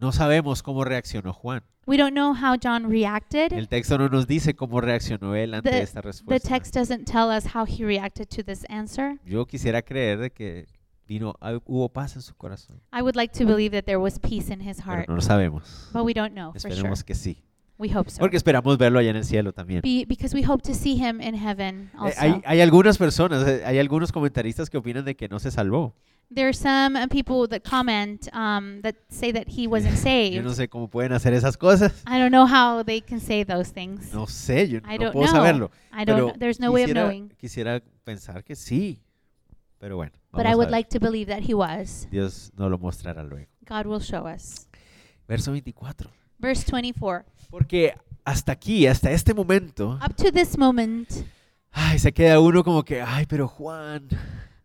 S1: No sabemos cómo reaccionó Juan.
S2: We don't know how John reacted.
S1: El texto no nos dice cómo reaccionó él ante
S2: The-
S1: esta
S2: The
S1: respuesta.
S2: text doesn't tell us how he reacted to this answer.
S1: Yo quisiera creer de que vino, ah, hubo paz en su corazón,
S2: I would like to believe that there was peace in his
S1: pero
S2: heart,
S1: no lo sabemos.
S2: but we don't know Oh, for sure.
S1: Esperemos que sí,
S2: We hope so.
S1: porque esperamos verlo allá en el cielo también.
S2: Be, because we hope to see him in heaven
S1: Eh, hay,
S2: also.
S1: hay algunas personas, eh, hay algunos comentaristas que opinan de que no se salvó.
S2: There are some uh, people that comment um, that say that he wasn't
S1: Yo no
S2: saved.
S1: sé cómo pueden hacer esas cosas.
S2: I don't know how they can say those things.
S1: No sé, yo
S2: I
S1: no
S2: don't
S1: puedo
S2: know.
S1: saberlo.
S2: I don't.
S1: Pero
S2: know. There's no way of
S1: quisiera-
S2: knowing.
S1: Quisiera pensar que sí, pero bueno,
S2: But
S1: vamos
S2: I
S1: a
S2: would
S1: ver.
S2: like to believe that he was.
S1: Dios nos lo mostrará luego.
S2: God will show us.
S1: Verso 24.
S2: Verse 24.
S1: Porque hasta aquí, hasta este momento,
S2: Up to this moment,
S1: ay, se queda uno como que, ay, pero Juan,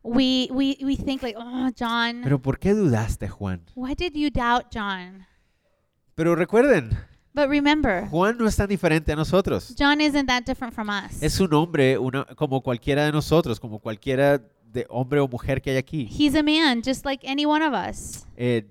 S2: we we we think like, oh, John,
S1: pero ¿por qué dudaste, Juan?
S2: why did you doubt John?
S1: Pero recuerden,
S2: But remember,
S1: Juan no es tan diferente a nosotros.
S2: John isn't that different from us.
S1: Es un hombre una- como cualquiera de nosotros, como cualquiera de hombre o mujer que hay aquí,
S2: He's a man, just like any one of us,
S1: Eh,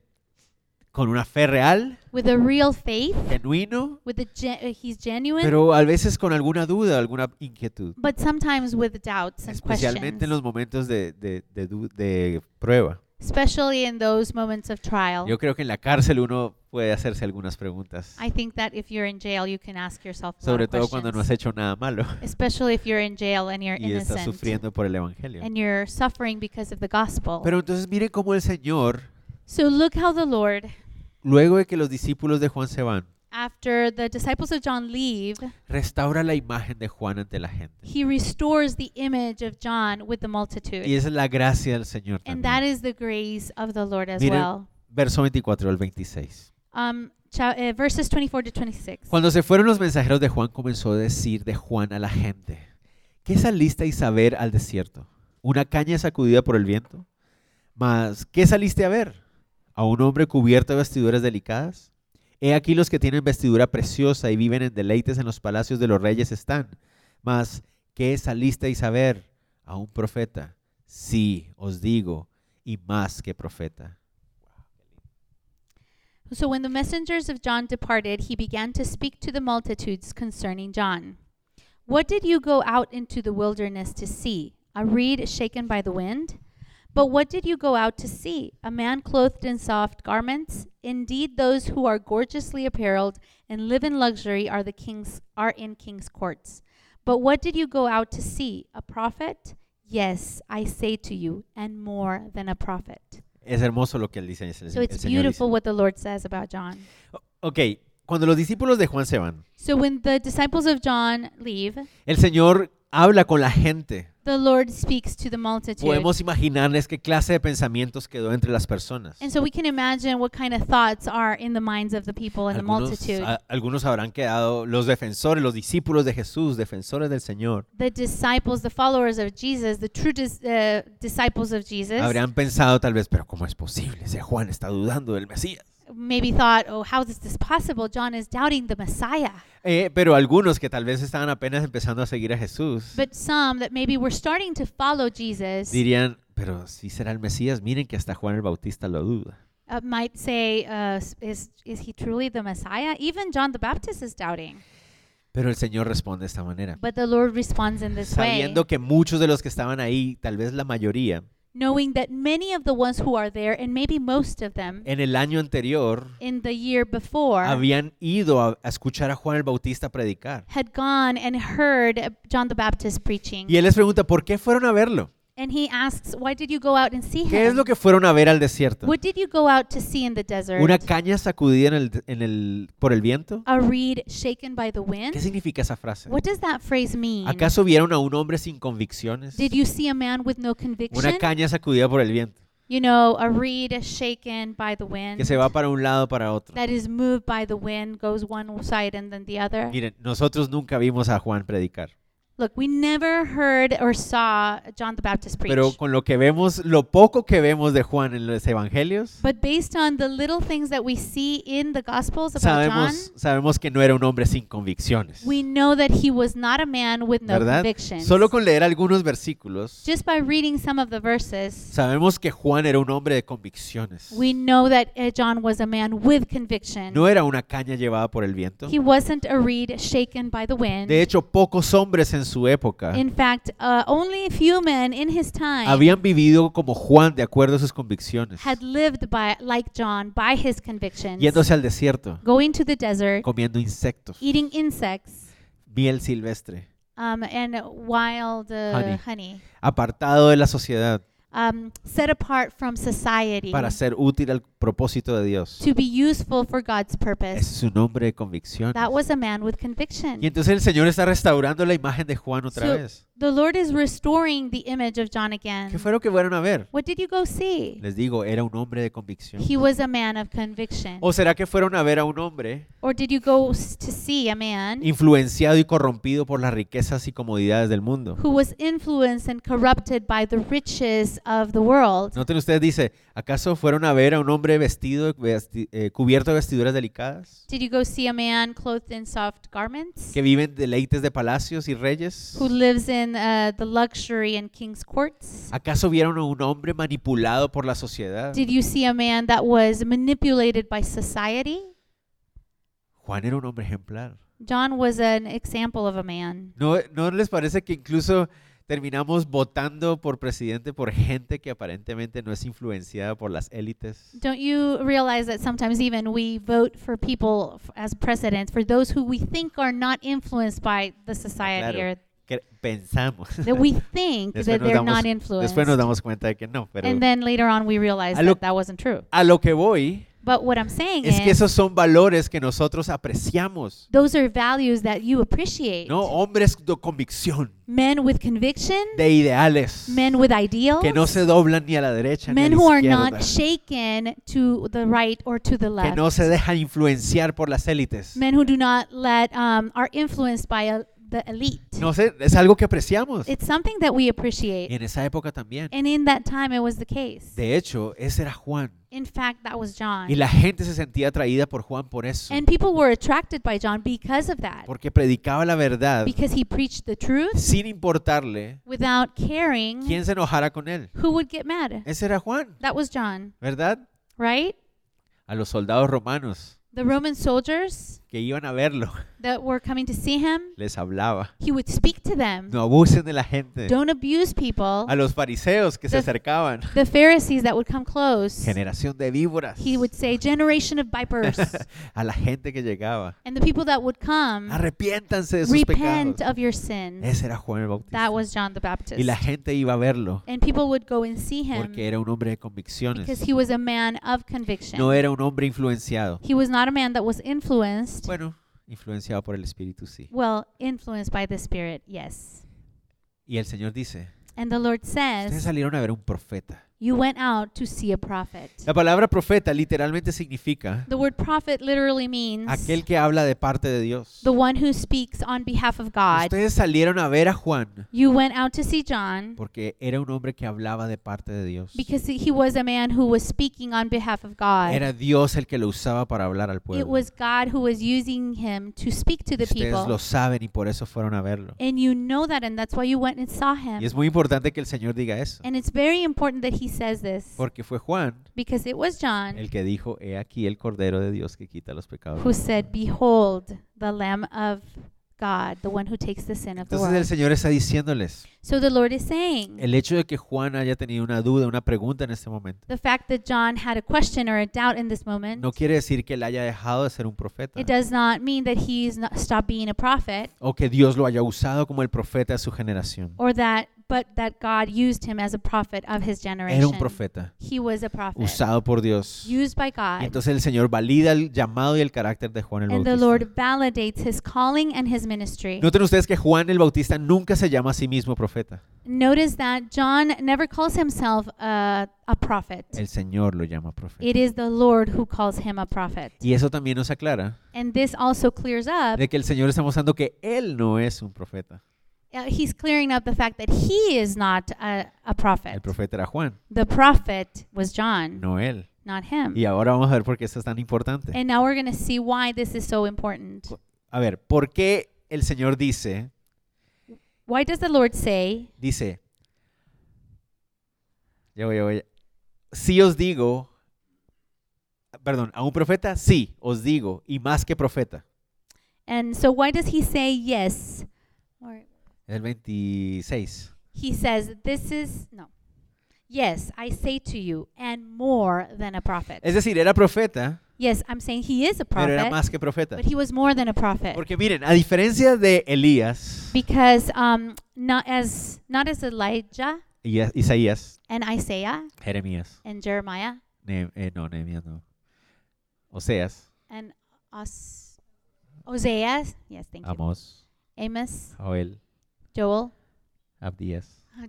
S1: con una fe real,
S2: with a real faith.
S1: genuino,
S2: With a gen- uh, he's genuine,
S1: pero a veces con alguna duda, alguna inquietud,
S2: but sometimes with doubts and questions,
S1: especialmente en los momentos de, de- de du- de prueba.
S2: especially in those moments of trial.
S1: Yo creo que en la cárcel uno puede hacerse algunas preguntas.
S2: I think that if you're in jail, you can ask yourself a lot
S1: Sobre
S2: of
S1: todo cuando no has
S2: questions,
S1: hecho nada malo
S2: especially if you're in jail and you're
S1: y estás
S2: innocent
S1: sufriendo por el Evangelio.
S2: and you're suffering because of the gospel.
S1: Pero entonces miren cómo el Señor,
S2: so look how the Lord,
S1: luego de que los discípulos de Juan se van,
S2: after the disciples of John leave,
S1: restaura la imagen de Juan ante la gente.
S2: he restores the image of John with the multitude.
S1: Y esa es la gracia del Señor
S2: and that
S1: también.
S2: is the grace of the Lord as
S1: Miren-
S2: well.
S1: Verso 24 al 26.
S2: Um, cha- uh, verses 24 to 26.
S1: Cuando se fueron los mensajeros de Juan, comenzó a decir de Juan a la gente, ¿qué saliste a Isabel al desierto? ¿Una caña sacudida por el viento? Mas, ¿qué saliste a ver? ¿A un hombre cubierto de vestiduras delicadas? He aquí los que tienen vestidura preciosa y viven en deleites en los palacios de los reyes están. Mas, ¿qué salisteis a ver? ¿A un profeta? Sí, os digo, y más que profeta.
S2: So when the messengers of John departed, he began to speak to the multitudes concerning John. What did you go out into the wilderness to see? A reed shaken by the wind? But what did you go out to see? A man clothed in soft garments? Indeed, those who are gorgeously apparelled and live in luxury are the kings are in king's courts. But what did you go out to see? A prophet? Yes, I say to you, and more than a prophet.
S1: Es hermoso lo que él dice. el
S2: So
S1: Señor
S2: it's
S1: dice.
S2: beautiful what the Lord says about John.
S1: Ok, cuando los discípulos de Juan se van,
S2: So when the disciples of John leave,
S1: El Señor habla con la gente.
S2: the Lord speaks to the multitude.
S1: Podemos imaginarles qué clase de pensamientos quedó entre las personas.
S2: and so we can imagine what kind of thoughts are in the minds of the people and the
S1: Algunos, uh,
S2: multitude.
S1: a- algunos habrán quedado los defensores, los discípulos de Jesús, defensores del Señor.
S2: the disciples, the followers of Jesus, the true dis- uh, disciples of Jesus,
S1: Habrían pensado tal vez, pero ¿cómo es posible? Ese Juan está dudando del Mesías.
S2: maybe thought, oh, how is this possible? John is doubting the Messiah.
S1: Eh, pero algunos que tal vez estaban apenas empezando a seguir a Jesús
S2: But some that maybe were starting to follow Jesus
S1: dirían, pero si será el Mesías, miren que hasta Juan el Bautista lo duda.
S2: uh, might say, uh, s- is, is he truly the Messiah? Even John the Baptist is doubting.
S1: Pero el Señor responde de esta manera.
S2: But the Lord responds in this way.
S1: Sabiendo que muchos de los que estaban ahí, tal vez la mayoría,
S2: knowing that many of the ones who are there, and maybe most of them,
S1: en el año anterior
S2: in the year before,
S1: habían ido a, a escuchar a Juan el Bautista predicar.
S2: had gone and heard uh, John the Baptist
S1: Y
S2: preaching.
S1: él les pregunta, ¿por qué fueron a verlo?
S2: And he asks, Why did you go out and see
S1: ¿Qué es
S2: him?
S1: lo que fueron a ver al desierto?
S2: What did you go out to see in the
S1: ¿Una
S2: desert?
S1: caña sacudida en el, en el- por el viento?
S2: A reed shaken by the
S1: ¿Qué
S2: wind?
S1: significa esa frase?
S2: What does that phrase mean?
S1: ¿Acaso vieron a un hombre sin convicciones?
S2: Did you see a man with no
S1: Una
S2: conviction?
S1: caña sacudida por el viento,
S2: You know, a reed shaken by the wind
S1: que se va para un lado, para otro.
S2: that is moved by the wind, goes one side and then the other.
S1: Miren, nosotros nunca vimos a Juan predicar.
S2: Look, we never heard or saw John the Baptist preach.
S1: Pero con lo que vemos, lo poco que vemos de Juan en los evangelios,
S2: but based on the little things that we see in the Gospels about John,
S1: sabemos, sabemos que no era un hombre sin convicciones.
S2: we know that he was not a man with no
S1: ¿Verdad?
S2: convictions.
S1: Solo con leer algunos versículos,
S2: Just by reading some of the verses,
S1: sabemos que Juan era un hombre de convicciones.
S2: we know that uh, John was a man with conviction.
S1: No era una caña llevada por el viento.
S2: He wasn't a reed shaken by the wind.
S1: De hecho, ah, pocos hombres en su época
S2: In fact, uh, only a few men in his time
S1: habían vivido como Juan de acuerdo a sus convicciones,
S2: had lived by like John by his convictions,
S1: yéndose al desierto,
S2: going to the desert,
S1: comiendo insectos,
S2: eating insects,
S1: miel silvestre,
S2: um, and wild uh,
S1: Honey.
S2: honey,
S1: apartado de la sociedad
S2: um, set apart from society
S1: para ser útil al propósito de Dios.
S2: to be useful for God's
S1: Ese
S2: purpose.
S1: es un hombre de convicciones.
S2: That was a man with conviction.
S1: Y entonces el Señor está restaurando la imagen de Juan otra
S2: So-
S1: vez.
S2: The Lord is restoring the image of John again.
S1: ¿Qué fue lo que fueron a ver?
S2: What did you go see?
S1: Les digo, era un hombre de convicción.
S2: He was a man of conviction.
S1: ¿O será que fueron a ver a un hombre
S2: Or did you go s- to see a man
S1: influenciado y corrompido por las riquezas y comodidades del mundo?
S2: who was influenced and corrupted by the riches of the world?
S1: Noten ustedes, dice, ¿acaso fueron a ver a un hombre vestido, vesti- eh, cubierto de vestiduras delicadas?
S2: Did you go see a man clothed in soft garments
S1: Que viven deleites de palacios y reyes.
S2: who lives in uh, the luxury and king's courts?
S1: ¿Acaso vieron a un hombre manipulado por la sociedad?
S2: Did you see a man that was manipulated by society?
S1: Juan era un hombre ejemplar.
S2: John was an example of a man.
S1: ¿No, ¿No les parece que incluso terminamos votando por presidente por gente que aparentemente no es influenciada por las élites?
S2: Don't you realize that sometimes even we vote for people f- as presidents for those who we think are not influenced by the society
S1: Claro.
S2: or
S1: Que pensamos.
S2: that we think
S1: Después
S2: that
S1: nos
S2: they're
S1: damos-
S2: not influenced.
S1: después nos damos cuenta de que no, pero
S2: and then later on we realize
S1: A lo-
S2: that that wasn't true.
S1: a lo que voy
S2: But what I'm saying
S1: es que
S2: is
S1: esos son valores que nosotros apreciamos.
S2: those are values that you appreciate.
S1: No, hombres de convicción,
S2: Men with conviction,
S1: de ideales,
S2: men with ideals,
S1: que no se doblan ni a la derecha ni a
S2: men
S1: la
S2: who are
S1: izquierda,
S2: not shaken to the right or to the
S1: que
S2: left.
S1: no se dejan influenciar por las élites.
S2: Men who do not let um, are influenced by uh, the elite.
S1: No sé, es algo que apreciamos.
S2: It's something that we appreciate,
S1: Y en esa época también.
S2: and in that time it was the case.
S1: De hecho, ese era Juan.
S2: In fact, that was John,
S1: Y la gente se sentía atraída por Juan por eso,
S2: and people were attracted by John because of that,
S1: porque predicaba la verdad
S2: because he preached the truth
S1: sin importarle
S2: without caring
S1: quién se enojara con él.
S2: who would get mad.
S1: Ese era Juan,
S2: That was John,
S1: ¿verdad?
S2: right?
S1: A los soldados romanos
S2: The Roman soldiers
S1: que iban a verlo,
S2: that were coming to see him,
S1: les hablaba.
S2: he would speak to them.
S1: No abusen de la gente.
S2: Mm. Don't abuse people.
S1: A los fariseos que se
S2: The-
S1: acercaban.
S2: The Pharisees that would come close,
S1: Generación de víboras.
S2: he would say, "Generation of vipers."
S1: a la gente que llegaba.
S2: and the people that would come,
S1: Arrepiéntanse de sus
S2: Mm. repent
S1: pecados.
S2: of your sins.
S1: Ese era Juan el Bautista.
S2: That was John the Baptist.
S1: Y la gente iba a verlo
S2: and people would go and see him
S1: porque era un hombre de convicciones.
S2: because he was a man of conviction.
S1: No era un hombre influenciado.
S2: he was not a man that was influenced.
S1: Bueno, influenciado por el Espíritu, sí.
S2: Well, influenced by the Spirit, yes.
S1: Y el Señor dice,
S2: And the Lord
S1: ustedes
S2: says,
S1: salieron a ver un profeta.
S2: You went out to see a prophet.
S1: La palabra profeta literalmente significa
S2: The word prophet literally means
S1: aquel que habla de parte de Dios.
S2: the one who speaks on behalf of God.
S1: Ustedes salieron a ver a Juan
S2: You went out to see John
S1: porque era un hombre que hablaba de parte de Dios.
S2: because he was a man who was speaking on behalf of God.
S1: Era Dios el que lo usaba para hablar al
S2: It
S1: pueblo.
S2: was God who was using him to speak to the
S1: Ustedes
S2: people.
S1: lo saben y por eso fueron a verlo.
S2: And you know that, and that's why you went and saw him.
S1: Y es muy importante que el Señor diga eso,
S2: And it's very important that he says this
S1: porque fue Juan
S2: because it was John
S1: el que dijo, he aquí el Cordero de Dios que quita los pecados.
S2: who said, Behold, the Lamb of God, the one who takes the sin of the
S1: Entonces el Señor
S2: world.
S1: está diciéndoles,
S2: So the Lord is saying
S1: el hecho de que Juan haya tenido una duda, una pregunta en este momento,
S2: the fact that John had a question or a doubt in this moment,
S1: no quiere decir que él haya dejado de ser un profeta
S2: it does not mean that he's not stopped being a prophet
S1: o que Dios lo haya usado como el profeta de su generación.
S2: or that, but that God used him as a prophet of his
S1: Era un
S2: generation.
S1: profeta
S2: He was a prophet
S1: usado por Dios. Y
S2: used by God.
S1: entonces el Señor valida el llamado y el carácter de Juan el
S2: And the
S1: Bautista.
S2: Lord validates his calling and his ministry.
S1: Noten ustedes que Juan el Bautista nunca se llama a sí mismo profeta.
S2: Notice that John never calls himself a, a prophet.
S1: El Señor lo llama profeta.
S2: It is the Lord who calls him a prophet.
S1: Y eso también nos aclara
S2: And this also clears up
S1: de que el Señor está mostrando que él no es un profeta.
S2: uh, he's clearing up the fact that he is not a, a prophet.
S1: El profeta era Juan,
S2: The prophet was John,
S1: no él.
S2: not him.
S1: Y ahora vamos a ver por qué esto es tan importante.
S2: And now we're going to see why this is so important.
S1: A ver, ¿por qué el Señor dice,
S2: Why does the Lord say,
S1: dice, ya voy, ya voy, si os digo, perdón, a un profeta, sí, os digo, y más que profeta.
S2: and so why does he say yes? Or
S1: El 26.
S2: he says, This is, no. Yes, I say to you, and more than a prophet.
S1: Es decir, era profeta,
S2: yes, I'm saying he is a
S1: pero era
S2: prophet,
S1: más que profeta.
S2: but he was more than a prophet.
S1: Porque miren, a diferencia de Elías
S2: Because um, not as not as Elijah
S1: y a- Isaías,
S2: and Isaiah
S1: Jeremías,
S2: and Jeremiah
S1: Ne- eh, no, Nehemías no, Oseas,
S2: and Os- Hosea, yes, thank you,
S1: Amos,
S2: Amos,
S1: Joel,
S2: Joel,
S1: Abdías.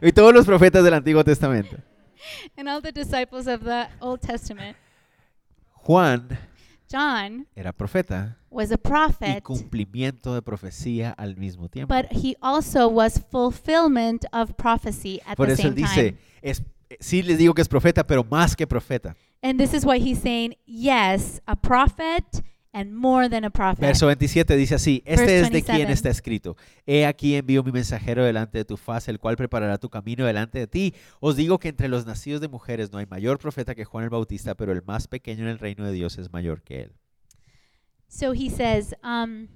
S1: y todos los profetas del Antiguo Testamento.
S2: and all the disciples of the Old Testament.
S1: Juan
S2: John
S1: era profeta
S2: was a
S1: y
S2: prophet,
S1: cumplimiento de profecía al mismo tiempo.
S2: but he also was fulfillment of prophecy at
S1: Por
S2: the
S1: eso él
S2: same
S1: dice,
S2: time.
S1: es, sí les digo que es profeta, pero más que profeta.
S2: And this is why he's saying, yes, a prophet and more than a prophet.
S1: Verso 27 dice así, este
S2: Verse
S1: es de quien
S2: 27.
S1: está escrito. He aquí envío mi mensajero delante de tu faz, el cual preparará tu camino delante de ti. Os digo que entre los nacidos de mujeres no hay mayor profeta que Juan el Bautista, pero el más pequeño en el reino de Dios es mayor que él.
S2: So he says, um,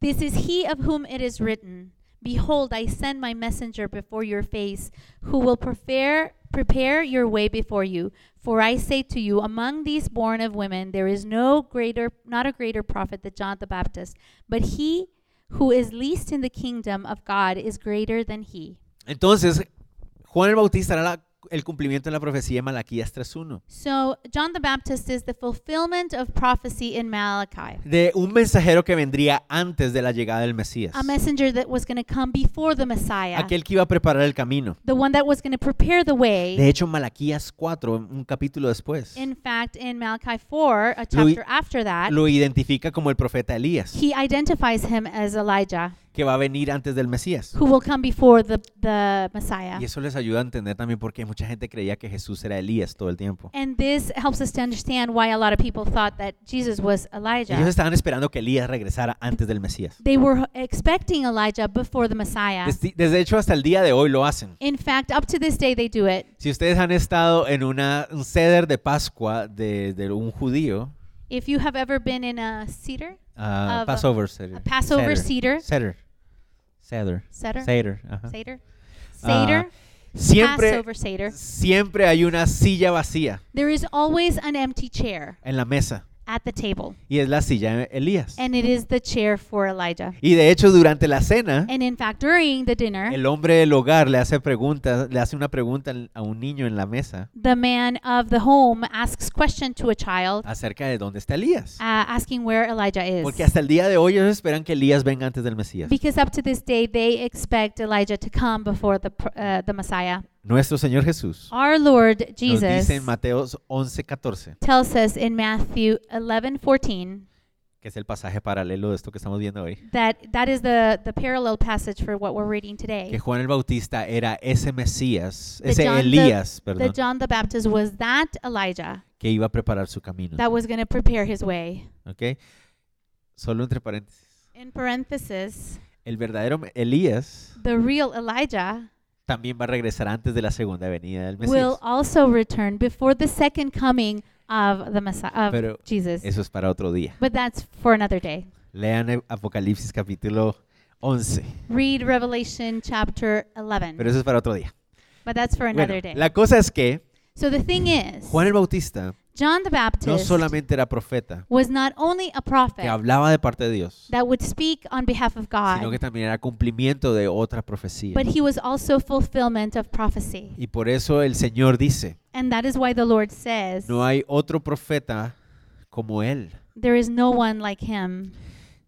S2: This is he of whom it is written, Behold, I send my messenger before your face, who will prepare, prepare your way before you. For I say to you, among these born of women, there is no greater, not a greater prophet than John the Baptist, but he who is least in the kingdom of God is greater than he.
S1: Entonces, Juan el Bautista era la- el cumplimiento de la profecía de Malaquías 3.1.
S2: So John the Baptist is the fulfillment of prophecy in Malachi,
S1: de un mensajero que vendría antes de la llegada del Mesías.
S2: a messenger that was going to come before the Messiah.
S1: Aquel que iba a preparar el camino.
S2: the one that was going to prepare the way.
S1: De hecho, Malaquías 4, un capítulo después,
S2: In fact, in Malachi 4, a
S1: Lo i-
S2: chapter after that,
S1: lo identifica como el profeta Elías,
S2: he identifies him as Elijah,
S1: que va a venir antes del Mesías.
S2: who will come before the, the Messiah.
S1: Y eso les ayuda a entender también por qué mucha gente creía que Jesús era Elías todo el tiempo.
S2: And this helps us to understand why a lot of people thought that Jesus was
S1: Ellos
S2: Elijah.
S1: estaban esperando que Elías regresara antes del Mesías.
S2: They were expecting Elijah before the Messiah.
S1: Desde, desde hecho, hasta el día de hoy lo hacen.
S2: In fact, up to this day, they do it.
S1: Si ustedes han estado en una, un ceder de Pascua de, de un judío,
S2: If you have ever been in a cedar,
S1: ah,
S2: Of a-
S1: Passover Seder.
S2: a Passover
S1: Seder.
S2: cedar,
S1: Seder. Seder.
S2: seder,
S1: Seder, ajá.
S2: seder,
S1: Ah,
S2: seder,
S1: Siempre,
S2: Passover seder,
S1: siempre hay una silla vacía
S2: there is always an empty chair
S1: en la mesa
S2: at the table.
S1: y es la silla de Elías.
S2: And it is the chair for Elijah.
S1: Y de hecho durante la cena
S2: And in fact, during the dinner,
S1: el hombre del hogar le hace preguntas, le hace una pregunta al- a un niño en la mesa
S2: the man of the home asks question to a child, uh,
S1: acerca de dónde está Elías.
S2: Ah, asking where Elijah
S1: Porque
S2: is.
S1: hasta el día de hoy ellos esperan que Elías venga antes del Mesías.
S2: Because up to this day, they expect Elijah to come before the pr- uh, the Messiah.
S1: Nuestro Señor Jesús
S2: Our Lord
S1: nos
S2: Oh, Jesus
S1: dice en Mateo 11:14,
S2: tells us in Matthew 11:14
S1: que es el pasaje paralelo de esto que estamos viendo hoy,
S2: that that is the the parallel passage for what we're reading
S1: que
S2: today.
S1: Juan el Bautista era ese Mesías,
S2: That
S1: ese
S2: John the-
S1: Elías,
S2: That
S1: perdón,
S2: John the Baptist was that Elijah
S1: que iba a preparar su camino.
S2: that was going to prepare his way.
S1: ¿ok? Solo entre paréntesis.
S2: In parenthesis,
S1: El verdadero Me- Elías
S2: the real Elijah
S1: también va a regresar antes de la segunda venida del Mesías.
S2: will also return before the second coming of the Messiah of
S1: Pero
S2: Jesus.
S1: eso es para otro día.
S2: But that's for another day.
S1: Lean E- Apocalipsis capítulo 11,
S2: Read Revelation chapter 11.
S1: pero eso es para otro día.
S2: but that's for
S1: Bueno,
S2: another day.
S1: la cosa es que
S2: so the thing is,
S1: Juan el Bautista
S2: John the Baptist
S1: no solamente era profeta,
S2: was not only a prophet
S1: que hablaba de parte de Dios,
S2: that would speak on behalf of
S1: sino que
S2: God,
S1: también era cumplimiento de otra profecía.
S2: but he was also fulfillment of prophecy.
S1: Y por eso el Señor dice,
S2: And that is why the Lord says,
S1: no hay otro profeta como él.
S2: there is no one like him.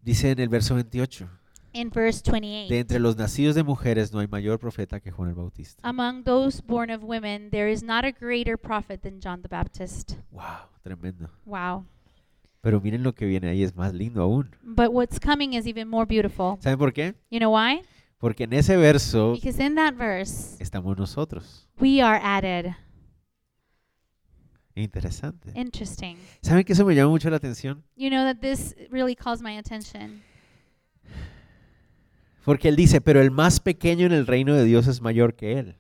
S1: Dice en el verso 28,
S2: In verse
S1: de
S2: 28,
S1: entre los nacidos de mujeres no hay mayor profeta que Juan el Bautista.
S2: among those born of women, there is not a greater prophet than John the Baptist.
S1: Wow, tremendo.
S2: Wow.
S1: Pero miren lo que viene ahí, es más lindo aún.
S2: But what's coming is even more beautiful.
S1: ¿Saben por qué?
S2: You know why?
S1: Porque en ese verso
S2: Because in that verse,
S1: estamos nosotros.
S2: we are added.
S1: Interesante.
S2: Interesting.
S1: ¿Saben que eso me llama mucho la atención?
S2: You know that this really calls my attention.
S1: Porque él dice, pero el más pequeño en el reino de Dios es mayor que él.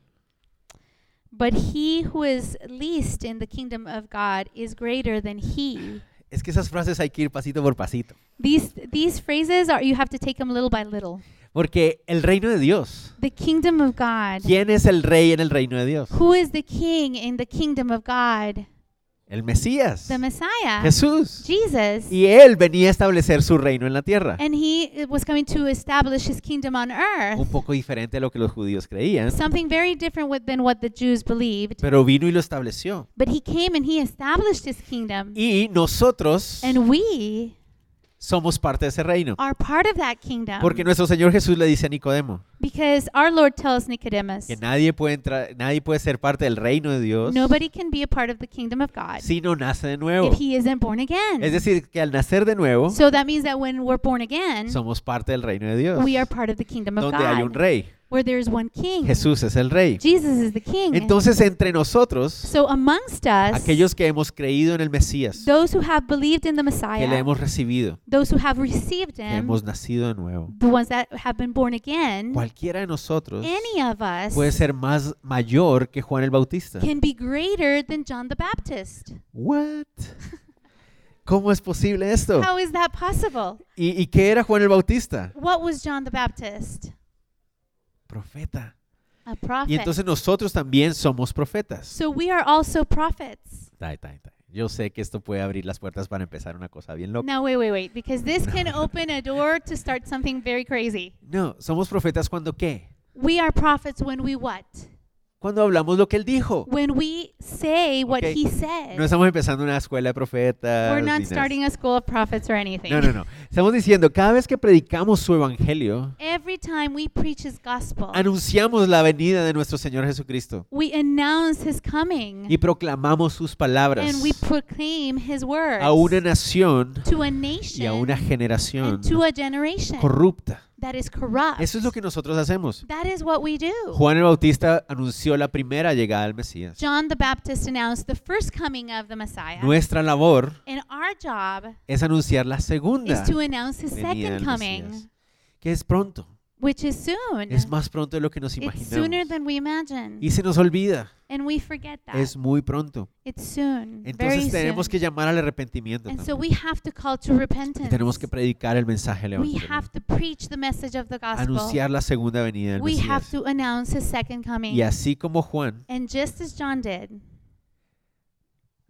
S2: But he who is least in the kingdom of God is greater than he.
S1: Es que esas frases hay que ir pasito por pasito.
S2: These these phrases are you have to take them little by little.
S1: Porque el reino de Dios.
S2: The kingdom of God.
S1: ¿Quién es el rey en el reino de Dios?
S2: Who is the king in the kingdom of God?
S1: El Mesías.
S2: The Messiah.
S1: Jesús.
S2: Jesus.
S1: Y él venía a establecer su reino en la tierra.
S2: And he was coming to establish his kingdom on earth.
S1: Un poco diferente a lo que los judíos creían.
S2: Something very different with, than what the Jews believed.
S1: Pero vino y lo estableció.
S2: But he came and he established his kingdom.
S1: Y nosotros
S2: And we
S1: somos parte de ese reino.
S2: are part of that kingdom.
S1: Porque nuestro Señor Jesús le dice a Nicodemo
S2: Because our Lord tells Nicodemus
S1: que nadie puede entrar, nadie puede ser parte del reino de Dios
S2: nobody can be a part of the kingdom of God
S1: si no nace de nuevo.
S2: if he isn't born again.
S1: Es decir, que al nacer de nuevo
S2: So that means that when we're born again,
S1: somos parte del reino de Dios,
S2: we are part of the kingdom of
S1: donde hay un
S2: God,
S1: rey.
S2: where there is one king.
S1: Jesús es el rey.
S2: Jesus is the king.
S1: Entonces, entre nosotros,
S2: So amongst us,
S1: aquellos que hemos creído en el Mesías,
S2: those who have believed in the
S1: que le
S2: Messiah,
S1: hemos recibido,
S2: those who have received
S1: que
S2: him,
S1: hemos nacido de nuevo,
S2: the ones that have been born again,
S1: cualquiera de nosotros
S2: any of us
S1: puede ser más mayor que Juan el Bautista.
S2: can be greater than John the Baptist.
S1: What? ¿Cómo es posible esto?
S2: How is that possible?
S1: ¿Y, y qué era Juan el Bautista?
S2: What was John the Baptist?
S1: Profeta.
S2: A
S1: Y
S2: prophet.
S1: entonces nosotros también somos profetas.
S2: So we are also prophets.
S1: Tai, tai, tai. Yo sé que esto puede abrir las puertas para empezar una cosa bien loca.
S2: Now wait, wait, wait, because this can open a door to start something very crazy.
S1: No, somos profetas cuando qué?
S2: We are prophets when we what?
S1: Cuando hablamos lo que él dijo.
S2: When we say what
S1: Okay.
S2: he said.
S1: No estamos empezando una escuela de profetas.
S2: We're
S1: ni
S2: not
S1: nada.
S2: starting a school of prophets or anything.
S1: No, no, no. Estamos diciendo, cada vez que predicamos su evangelio,
S2: Every time we preach his gospel,
S1: anunciamos la venida de nuestro Señor Jesucristo
S2: we announce his coming
S1: y proclamamos sus palabras
S2: and we proclaim his words
S1: a una nación
S2: to a nation
S1: y a una generación
S2: and to a generation
S1: corrupta.
S2: that is corrupt.
S1: Eso es lo que nosotros hacemos.
S2: that is what we do.
S1: Juan el Bautista anunció la primera llegada del Mesías.
S2: John the Baptist announced the first coming of the Messiah.
S1: Nuestra labor
S2: and our job
S1: es anunciar la segunda
S2: is to announce his
S1: venida
S2: second
S1: del
S2: coming,
S1: Mesías, que es pronto,
S2: which is soon.
S1: es más pronto de lo que nos
S2: it's sooner
S1: imaginamos.
S2: than we imagine.
S1: Y se nos olvida,
S2: and we forget that.
S1: es muy pronto.
S2: it's soon. very
S1: Entonces tenemos
S2: soon.
S1: que llamar al arrepentimiento
S2: And
S1: también.
S2: so we have to call to
S1: Y
S2: repentance.
S1: tenemos que predicar el mensaje del
S2: we
S1: Evangelio,
S2: have to preach the message of the gospel.
S1: anunciar la segunda venida del
S2: We have
S1: Mesías.
S2: to announce his second coming.
S1: Y así como Juan,
S2: And just as John did,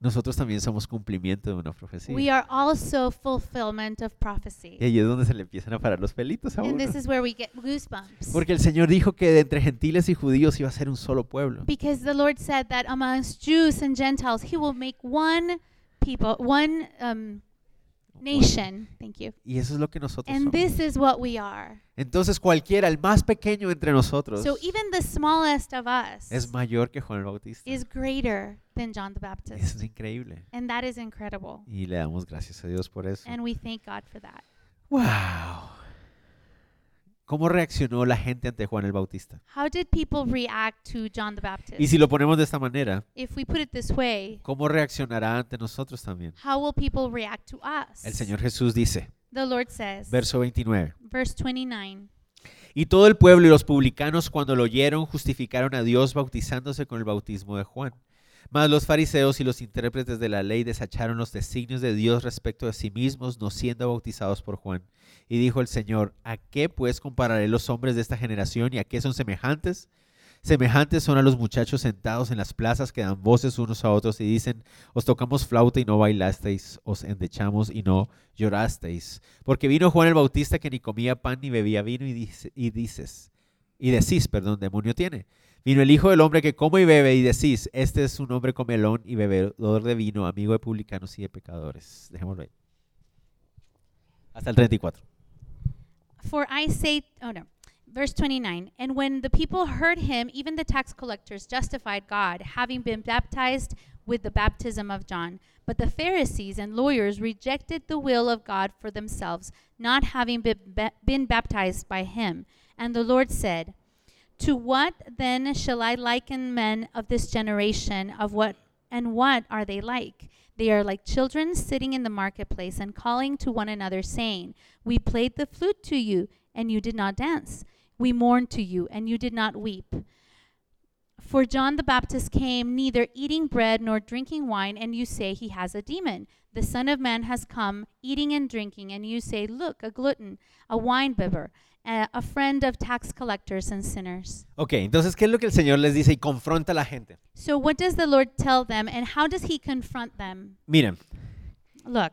S1: nosotros también somos cumplimiento de una profecía.
S2: we are also fulfillment of prophecy.
S1: Y ahí es donde se le empiezan a parar los pelitos a
S2: And
S1: uno.
S2: this is where we get goosebumps.
S1: Porque el Señor dijo que de entre gentiles y judíos iba a ser un solo pueblo.
S2: because the Lord said that amongst Jews and Gentiles, he will make one people, one um, nation. Thank you.
S1: Y eso es lo que nosotros somos.
S2: And this is what we are.
S1: Entonces cualquiera, el más pequeño entre nosotros,
S2: So even the smallest of us
S1: es mayor que Juan el Bautista.
S2: is greater than John the Baptist.
S1: Eso es increíble.
S2: And that is incredible.
S1: Y le damos gracias a Dios por eso.
S2: And we thank God for that.
S1: ¡Wow! ¿Cómo reaccionó la gente ante Juan el Bautista?
S2: How did people react to John the Baptist?
S1: Y si lo ponemos de esta manera,
S2: if we put it this way,
S1: ¿cómo reaccionará ante nosotros también?
S2: how will people react to us?
S1: El Señor Jesús dice,
S2: The Lord says,
S1: verso 29.
S2: verse 29.
S1: Y todo el pueblo y los publicanos cuando lo oyeron justificaron a Dios bautizándose con el bautismo de Juan. Mas los fariseos y los intérpretes de la ley desacharon los designios de Dios respecto de sí mismos, no siendo bautizados por Juan. Y dijo el Señor, ¿a qué pues compararé los hombres de esta generación y a qué son semejantes? Semejantes son a los muchachos sentados en las plazas que dan voces unos a otros y dicen, os tocamos flauta y no bailasteis, os endechamos y no llorasteis. Porque vino Juan el Bautista que ni comía pan ni bebía vino y, dice- y dices, y decís, perdón, demonio tiene. Vino el Hijo del Hombre que come y bebe y decís, este es un hombre comelón y bebedor de vino, amigo de publicanos y de pecadores. Dejémoslo ahí. Hasta el 34.
S2: For I say, oh no, verse 29. And when the people heard him, even the tax collectors justified God, having been baptized with the baptism of John. But the Pharisees and lawyers rejected the will of God for themselves, not having be- be- been baptized by him. And the Lord said, To what then shall I liken men of this generation of what and what are they like? They are like children sitting in the marketplace and calling to one another, saying, We played the flute to you, and you did not dance. We mourned to you, and you did not weep. For John the Baptist came neither eating bread nor drinking wine, and you say he has a demon. The Son of Man has come eating and drinking, and you say, Look, a glutton, a winebibber, a, a friend of tax collectors and sinners.
S1: Ok, entonces, ¿qué es lo que el Señor les dice y confronta a la gente?
S2: So, what does the Lord tell them, and how does he confront them?
S1: Miren,
S2: Look,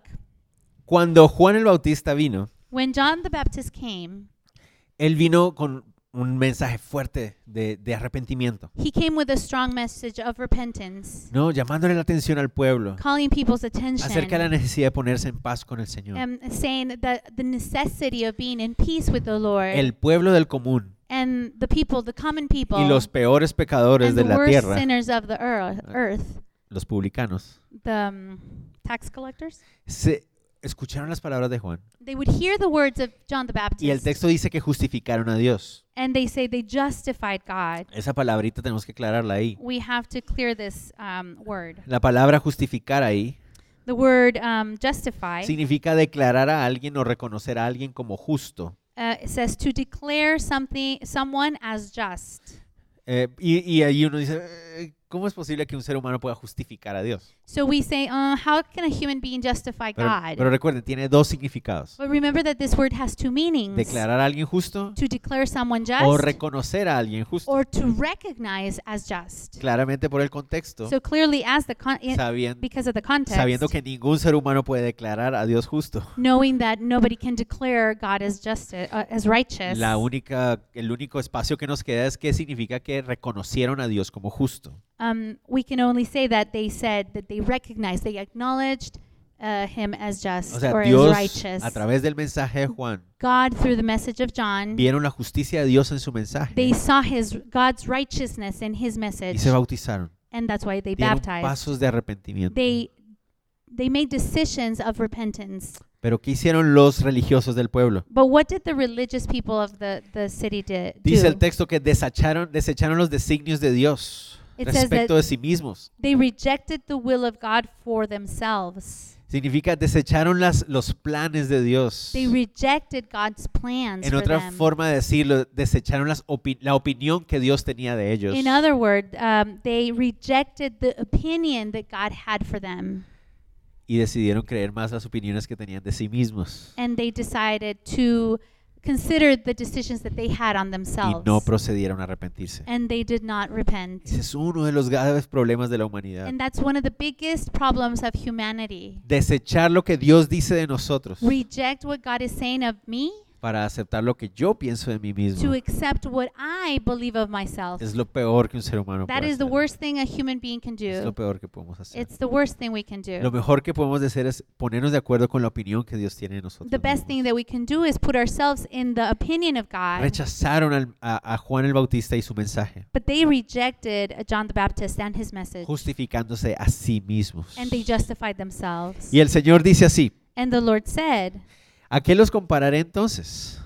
S1: cuando Juan el Bautista vino,
S2: when John the Baptist came,
S1: él vino con un mensaje fuerte de, de arrepentimiento,
S2: he came with a strong message of repentance,
S1: ¿no? Llamándole la atención al pueblo
S2: calling people's attention.
S1: acerca de la necesidad de ponerse en paz con el Señor.
S2: um, saying that the necessity of being in peace with the Lord
S1: El pueblo del común
S2: and the people, the common people,
S1: y los peores pecadores
S2: and
S1: de
S2: the
S1: la
S2: worst
S1: tierra,
S2: sinners of the earth,
S1: Uh,
S2: earth
S1: los publicanos,
S2: the um, tax collectors,
S1: se escucharon las palabras de Juan.
S2: they would hear the words of John the Baptist,
S1: Y el texto dice que justificaron a Dios.
S2: and they say they justified God.
S1: Esa palabrita tenemos que aclararla ahí.
S2: We have to clear this um, word.
S1: La palabra justificar ahí
S2: The word um, justify
S1: significa declarar a alguien o reconocer a alguien como justo.
S2: uh, it says to declare something, someone as just.
S1: Eh, y, y ahí uno dice, "Eh, ¿cómo es posible que un ser humano pueda justificar a Dios?
S2: So we say, uh, how can a human being justify
S1: Pero,
S2: God?
S1: pero recuerden, tiene dos significados.
S2: But remember that this word has two meanings.
S1: Declarar a alguien justo
S2: To declare someone Mm. just
S1: o reconocer a alguien justo.
S2: or to recognize as just.
S1: Claramente por el contexto,
S2: So clearly as the con- i-
S1: sabiendo,
S2: because of the context
S1: sabiendo que ningún ser humano puede declarar a Dios justo.
S2: knowing that nobody can declare God as just uh, as righteous.
S1: La única, el único espacio que nos queda es que significa que reconocieron a Dios como justo.
S2: Um, we can only say that they said that they recognized, they acknowledged uh, him as just
S1: O sea,
S2: or as
S1: Dios
S2: righteous. Mm-hmm.
S1: a través del mensaje de Juan
S2: God through the message of John,
S1: vieron la justicia de Dios en su mensaje
S2: they saw his God's righteousness in his
S1: y
S2: message,
S1: se bautizaron.
S2: and that's why they
S1: Dieron
S2: baptized.
S1: pasos de arrepentimiento.
S2: They they made decisions of repentance.
S1: Pero ¿qué hicieron los religiosos del pueblo?
S2: But what did the religious people of the, the city di- do?
S1: Dice el texto que desecharon, desecharon los designios de Dios
S2: It says
S1: respecto
S2: that-
S1: de sí mismos.
S2: They rejected the will of God for themselves.
S1: Significa desecharon las, los planes de Dios.
S2: They rejected God's plans
S1: En
S2: for
S1: otra
S2: them.
S1: forma de decirlo, desecharon las opi- la opinión que Dios tenía de ellos.
S2: In other words, um, they rejected the opinion that God had for them,
S1: y decidieron creer más las opiniones que tenían de sí mismos
S2: and they decided to consider the decisions that they had on
S1: y
S2: themselves,
S1: no procedieron a arrepentirse.
S2: and they did not repent.
S1: Ese es uno de los graves problemas de la humanidad.
S2: And that's one of the biggest problems of humanity.
S1: Desechar lo que Dios dice de nosotros
S2: Reject what God is saying of me
S1: para aceptar lo que yo pienso de mí mismo
S2: to accept what I believe of myself.
S1: es lo peor que un ser humano
S2: That
S1: puede
S2: is the
S1: hacer.
S2: worst thing a human being can
S1: Es lo
S2: do.
S1: peor que podemos hacer.
S2: It's the worst thing we can
S1: Lo
S2: do.
S1: mejor que podemos hacer es ponernos de acuerdo con la opinión que Dios tiene de nosotros.
S2: The best thing
S1: mismos.
S2: that we can do is put ourselves in the opinion of God.
S1: Rechazaron al- a, a Juan el Bautista y su mensaje,
S2: But they rejected uh, John the Baptist and his message,
S1: justificándose a sí mismos.
S2: and they justified themselves.
S1: Y el Señor dice así,
S2: And the Lord said,
S1: ¿a qué los compararé entonces?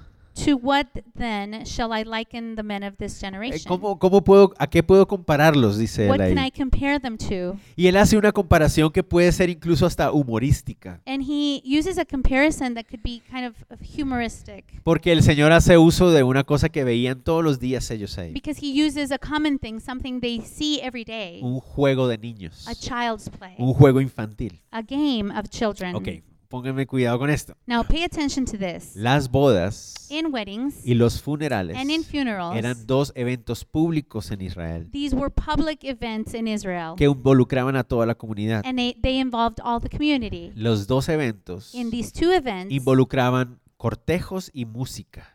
S2: To what then shall I liken the men of this
S1: Eh,
S2: generation?
S1: ¿Cómo, cómo puedo, ¿A qué puedo compararlos? Dice
S2: What
S1: él
S2: can
S1: ahí.
S2: I compare them to?
S1: Y él hace una comparación que puede ser incluso hasta humorística,
S2: And he uses a comparison that could be kind of of humoristic
S1: porque el Señor hace uso de una cosa que veían todos los días ellos ahí,
S2: because he uses a common thing, something they see every day.
S1: un juego de niños,
S2: a child's play,
S1: un juego infantil.
S2: a game of children.
S1: Ok, pónganme cuidado con esto.
S2: Now pay attention to this.
S1: Las bodas
S2: In weddings
S1: y los funerales
S2: and in funerals,
S1: eran dos eventos públicos en Israel
S2: these were public events in Israel,
S1: que involucraban a toda la comunidad.
S2: and they, they involved all the community.
S1: Los dos eventos
S2: In these two events,
S1: involucraban cortejos y música.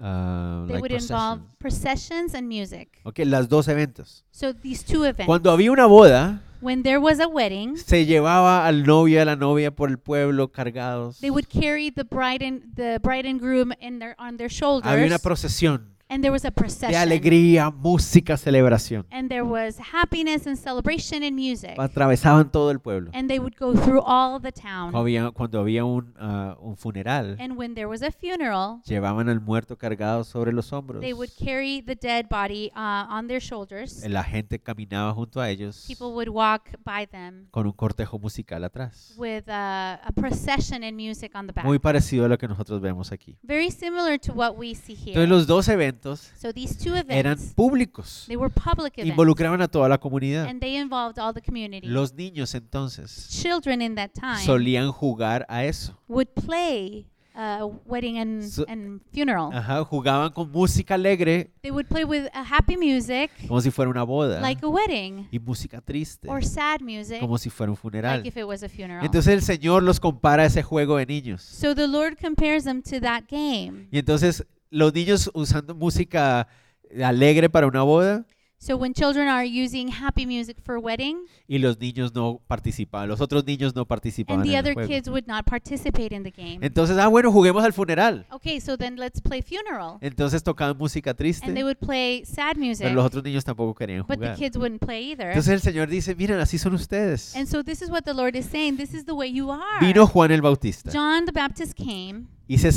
S1: Ah,
S2: they
S1: like
S2: would involve
S1: processions.
S2: processions and music.
S1: Ok, las dos eventos.
S2: So these two events,
S1: Cuando había una boda,
S2: when there was a wedding,
S1: se llevaba al novio y a la novia por el pueblo cargados.
S2: they would carry the bride and the bride and groom in their on their shoulders.
S1: Había una procesión.
S2: And there was a procession.
S1: de alegría, música, celebración.
S2: And there was happiness and celebration and music.
S1: Atravesaban todo el pueblo.
S2: and they would go through all the town.
S1: Cuando había, cuando había un, ah, un funeral,
S2: And when there was a funeral,
S1: llevaban al muerto cargado sobre los hombros.
S2: they would carry the dead body uh, on their shoulders.
S1: La gente caminaba junto a ellos
S2: People would walk by them
S1: con un cortejo musical atrás.
S2: with a, a procession and music on the back.
S1: Muy parecido a lo que nosotros vemos aquí.
S2: Very similar to what we see here.
S1: Entonces los dos eventos
S2: so these two
S1: eran
S2: events,
S1: públicos,
S2: they were public events,
S1: involucraban a toda la comunidad.
S2: and they involved all the community.
S1: Los niños entonces
S2: Children in that time
S1: solían jugar a eso.
S2: would play uh, wedding and,
S1: So- Ah.
S2: and funeral.
S1: Ajá, jugaban con música alegre
S2: They would play with a happy music,
S1: como si fuera una boda
S2: like a wedding,
S1: y música triste
S2: or sad music,
S1: como si fuera un funeral.
S2: like if it was a funeral.
S1: Entonces el Señor los compara a ese juego de niños.
S2: so the Lord compares them to that game.
S1: Y entonces los niños usando música alegre para una boda
S2: So when children are using happy music for wedding,
S1: y los niños no participaban, los otros niños no participaban
S2: and
S1: en
S2: the
S1: el
S2: other
S1: juego.
S2: kids would not participate in the game.
S1: Entonces, ah bueno, juguemos al funeral.
S2: Okay, so then let's play funeral.
S1: Entonces tocaban música
S2: And they
S1: triste,
S2: would play sad music,
S1: pero los otros niños tampoco querían
S2: but the
S1: jugar.
S2: kids wouldn't play either.
S1: Entonces el Señor dice, miren, así son ustedes.
S2: And so this is what the Lord is saying. This is the way you are.
S1: Vino Juan el Bautista
S2: John the Baptist came,
S1: y se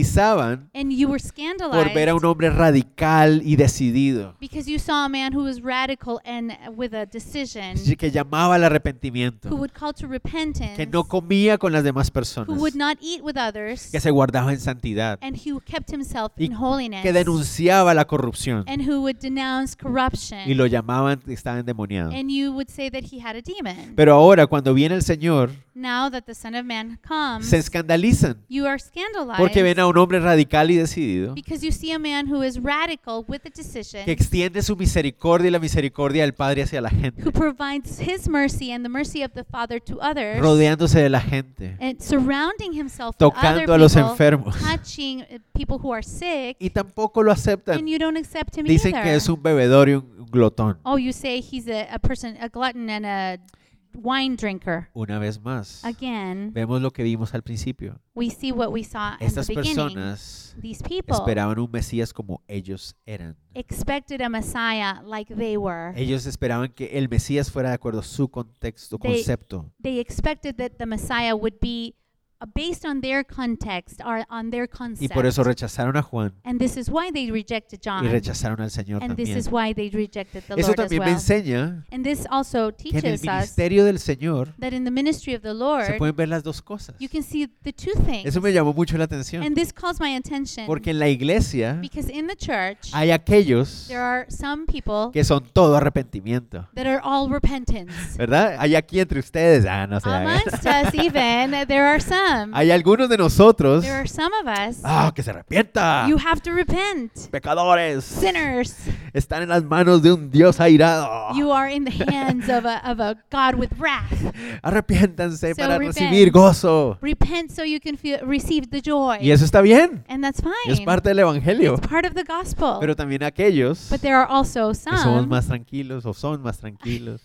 S1: escandalizaban
S2: and you were
S1: por
S2: scandalized
S1: ver a un hombre radical y decidido
S2: because you saw a man who was radical and uh, with a decision,
S1: que llamaba al
S2: who
S1: arrepentimiento,
S2: would call to repentance,
S1: que no comía con las demás
S2: who
S1: personas,
S2: would not eat with others,
S1: que se guardaba en santidad,
S2: and who kept himself
S1: Y
S2: in holiness,
S1: que denunciaba la corrupción
S2: and who would denounce corruption,
S1: y lo llamaban, estaba endemoniado.
S2: and you would say that he had a demon.
S1: Pero ahora cuando viene el Señor,
S2: now that the Son of Man comes,
S1: se escandalizan
S2: you are scandalized
S1: porque ven a un hombre radical y decidido
S2: because you see a man who is radical with a decision,
S1: que extiende su misericordia y la misericordia del Padre hacia la gente,
S2: who provides his mercy and the mercy of the Father to others,
S1: rodeándose de la gente,
S2: and surrounding himself with other
S1: tocando a los
S2: people,
S1: enfermos.
S2: touching uh, people who are sick,
S1: Y tampoco lo aceptan.
S2: and you don't accept him
S1: Dicen
S2: either.
S1: que es un bebedor y un glotón.
S2: oh, you say he's a, a person, a glutton and a wine drinker.
S1: Una vez más,
S2: Again,
S1: vemos lo que vimos al principio.
S2: we see what we saw in the
S1: Estas
S2: beginning.
S1: personas
S2: These people
S1: esperaban un Mesías como ellos eran.
S2: expected a Messiah like they were.
S1: Ellos esperaban que el Mesías fuera de acuerdo a su contexto,
S2: They-
S1: concepto.
S2: they expected that the Messiah would be uh, based on their context or on their
S1: Y
S2: concept.
S1: por eso rechazaron a Juan
S2: and this is why they rejected John.
S1: y rechazaron al Señor
S2: and this
S1: también.
S2: is why they rejected the
S1: Eso
S2: Lord as
S1: también me
S2: well.
S1: enseña
S2: And this also
S1: que en el
S2: teaches us
S1: ministerio del Señor
S2: that in the ministry of the
S1: se
S2: Lord,
S1: pueden ver las dos cosas.
S2: you can see the two things.
S1: Eso me llamó mucho la atención.
S2: and this calls my attention
S1: Porque en la iglesia
S2: because in the church,
S1: hay aquellos
S2: there are some people
S1: que son todo arrepentimiento.
S2: that are all repentance.
S1: ¿Verdad? Hay aquí entre ustedes. Ah, no sé.
S2: Amongst us, even, there are some.
S1: Hay algunos de nosotros.
S2: There are some of us.
S1: ¡Ah, que se arrepienta!
S2: You have to repent.
S1: ¡Pecadores!
S2: Sinners.
S1: Están en las manos de un Dios airado.
S2: You are in the hands of a, of a God with wrath.
S1: Arrepiéntanse
S2: So
S1: para
S2: repent.
S1: recibir gozo.
S2: Repent so you can feel, receive the joy.
S1: Y eso está bien.
S2: And that's fine.
S1: Es parte del evangelio.
S2: It's part of the gospel.
S1: Pero también aquellos
S2: but there are also
S1: que somos
S2: some
S1: más tranquilos o son más tranquilos.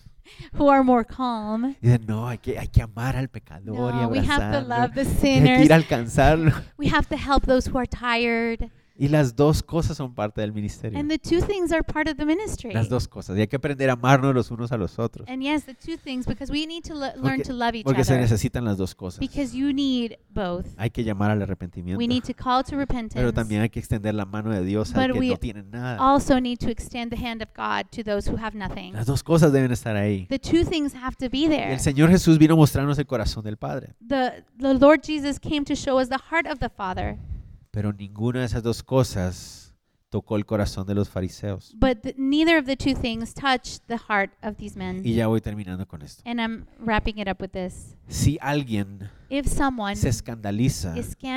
S2: who are more calm.
S1: Dicen, no, hay que, hay que amar al pecador y
S2: No, we have to love
S1: abrazarlo.
S2: the
S1: Hay que
S2: sinners.
S1: ir a alcanzarlo.
S2: We have to help those who are tired.
S1: Y las dos cosas son parte del ministerio.
S2: And the two things are part of the ministry.
S1: Las dos cosas. Y hay que aprender a amarnos los unos a los otros.
S2: And yes, the two things, because we need to le- learn
S1: Porque-
S2: to love each
S1: Porque se
S2: other.
S1: necesitan las dos cosas.
S2: Because you need both.
S1: Hay que llamar al
S2: We need
S1: arrepentimiento.
S2: to call to repentance.
S1: Pero también hay que extender la mano de Dios al
S2: But
S1: que
S2: we
S1: no tiene nada.
S2: also need to extend the hand of God to those who have nothing.
S1: Las dos cosas deben estar ahí.
S2: The two things have to be
S1: Y
S2: there.
S1: el Señor Jesús vino a mostrarnos el corazón del Padre.
S2: The, the Lord Jesus came to show us the heart of the Father,
S1: Pero ninguna de esas dos cosas tocó el corazón de los fariseos.
S2: but th- neither of the two things touched the heart of these men.
S1: Y ya voy terminando con esto.
S2: And I'm wrapping it up with this.
S1: Si alguien
S2: If someone
S1: se escandaliza
S2: is
S1: con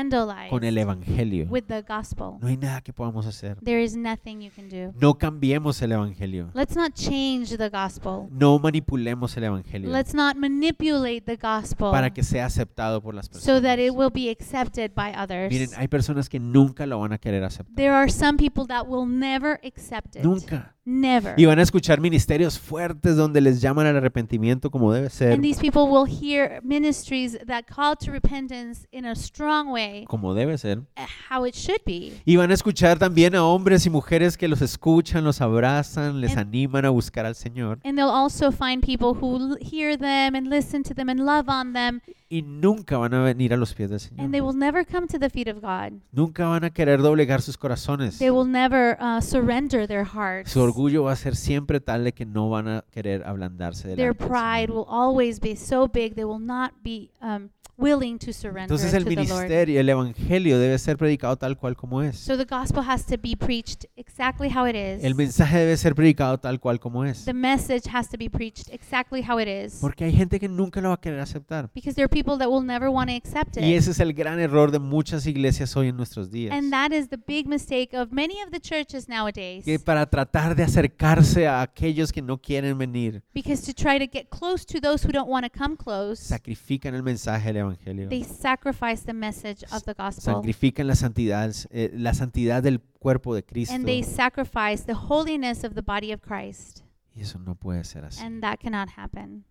S1: el
S2: scandalized
S1: Evangelio,
S2: with the gospel,
S1: no hay nada que podamos hacer.
S2: there is nothing you can do.
S1: No cambiemos el Evangelio.
S2: Let's not change the gospel.
S1: No manipulemos el Evangelio
S2: Let's not manipulate the gospel
S1: para que sea aceptado por las personas.
S2: so that it will be accepted by others.
S1: Miren, hay personas que nunca lo van a querer aceptar.
S2: There are some people that will never accept it.
S1: Nunca.
S2: Never.
S1: Y van a escuchar ministerios fuertes donde les llaman al arrepentimiento como debe ser.
S2: And these people will hear ministries that call called to repentance in a strong way,
S1: como debe ser.
S2: uh, how it should be.
S1: Y van a escuchar también a hombres y mujeres que los escuchan, los abrazan, les
S2: En-
S1: animan a buscar al Señor.
S2: And they'll also find people who l- hear them and listen to them and love on them,
S1: Y nunca van a venir a los pies del Señor.
S2: and they will never come to the feet of God.
S1: Nunca van a querer doblegar sus corazones.
S2: They will never uh, surrender their hearts.
S1: Su orgullo va a ser siempre tal de que no van a querer ablandarse delante
S2: Their
S1: del
S2: pride
S1: Señor.
S2: will always be so big they will not be um, willing to surrender
S1: Entonces
S2: to
S1: el
S2: the Lord.
S1: ministerio, el evangelio debe ser predicado tal cual como es.
S2: So the gospel has to be preached exactly how it is.
S1: El mensaje debe ser predicado tal cual como es.
S2: the message has to be preached exactly how it is.
S1: Porque hay gente que nunca lo va a querer aceptar.
S2: because there are people that will never want to accept it.
S1: Y ese es el gran error de muchas iglesias hoy en nuestros días.
S2: And that is the big mistake of many of the churches nowadays.
S1: Que para tratar de acercarse a aquellos que no quieren venir,
S2: Because to try to get close to those who don't want to come close,
S1: sacrifican el mensaje del evangelio.
S2: they sacrifice the message of the gospel.
S1: Sacrifican la santidad, eh, la santidad del cuerpo de Cristo.
S2: And they sacrifice the holiness of the body of Christ.
S1: Y eso no puede ser así.
S2: And that cannot happen.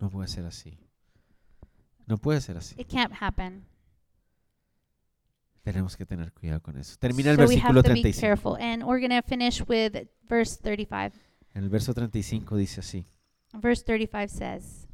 S1: No puede ser así. No puede ser así.
S2: It can't happen.
S1: Tenemos que tener cuidado con eso. Termina el
S2: so we
S1: versículo
S2: have to be
S1: 35.
S2: careful. And we're going to finish with verse 35.
S1: En el verso 35 dice así.
S2: Verse 35 says,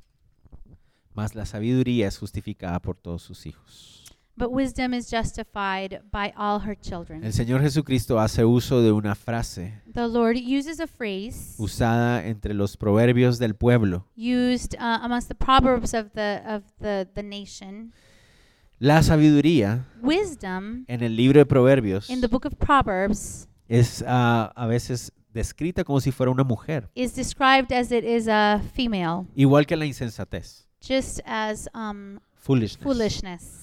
S1: Mas la sabiduría es justificada por todos sus hijos.
S2: But wisdom is justified by all her
S1: El
S2: children.
S1: Señor Jesucristo hace uso de una frase
S2: The Lord uses a phrase
S1: usada entre los proverbios del pueblo.
S2: used uh, amongst the proverbs of the of the the nation.
S1: La sabiduría
S2: Wisdom
S1: en el libro de proverbios
S2: in the book of Proverbs
S1: es ah, a veces descrita como si fuera una mujer,
S2: is described as it is a female,
S1: igual que la insensatez.
S2: just as um,
S1: Foolishness.
S2: foolishness.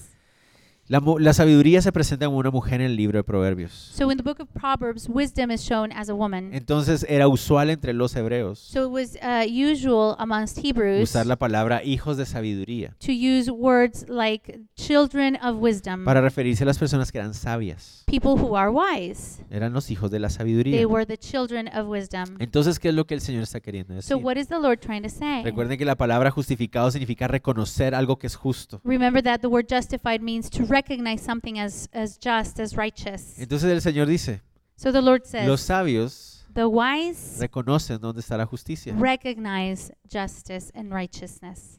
S1: La, mu- la sabiduría se presenta como una mujer en el libro de proverbios.
S2: So in the book of Proverbs, wisdom is shown as a woman.
S1: Entonces era usual entre los hebreos
S2: So it was uh, usual amongst Hebrews
S1: usar la palabra hijos de sabiduría
S2: to use words like children of wisdom,
S1: para referirse a las personas que eran sabias.
S2: people who are wise.
S1: Eran los hijos de la
S2: They
S1: sabiduría.
S2: were the children of wisdom.
S1: Entonces, ¿qué es lo que el Señor está queriendo decir?
S2: So what is the Lord trying to say?
S1: Recuerden que la palabra justificado significa reconocer algo que es justo.
S2: Remember that the word justified means to recognize something as, as just, as righteous.
S1: Entonces el Señor dice,
S2: So the Lord
S1: los
S2: says,
S1: sabios
S2: the wise
S1: reconocen dónde está la justicia.
S2: recognize justice and righteousness.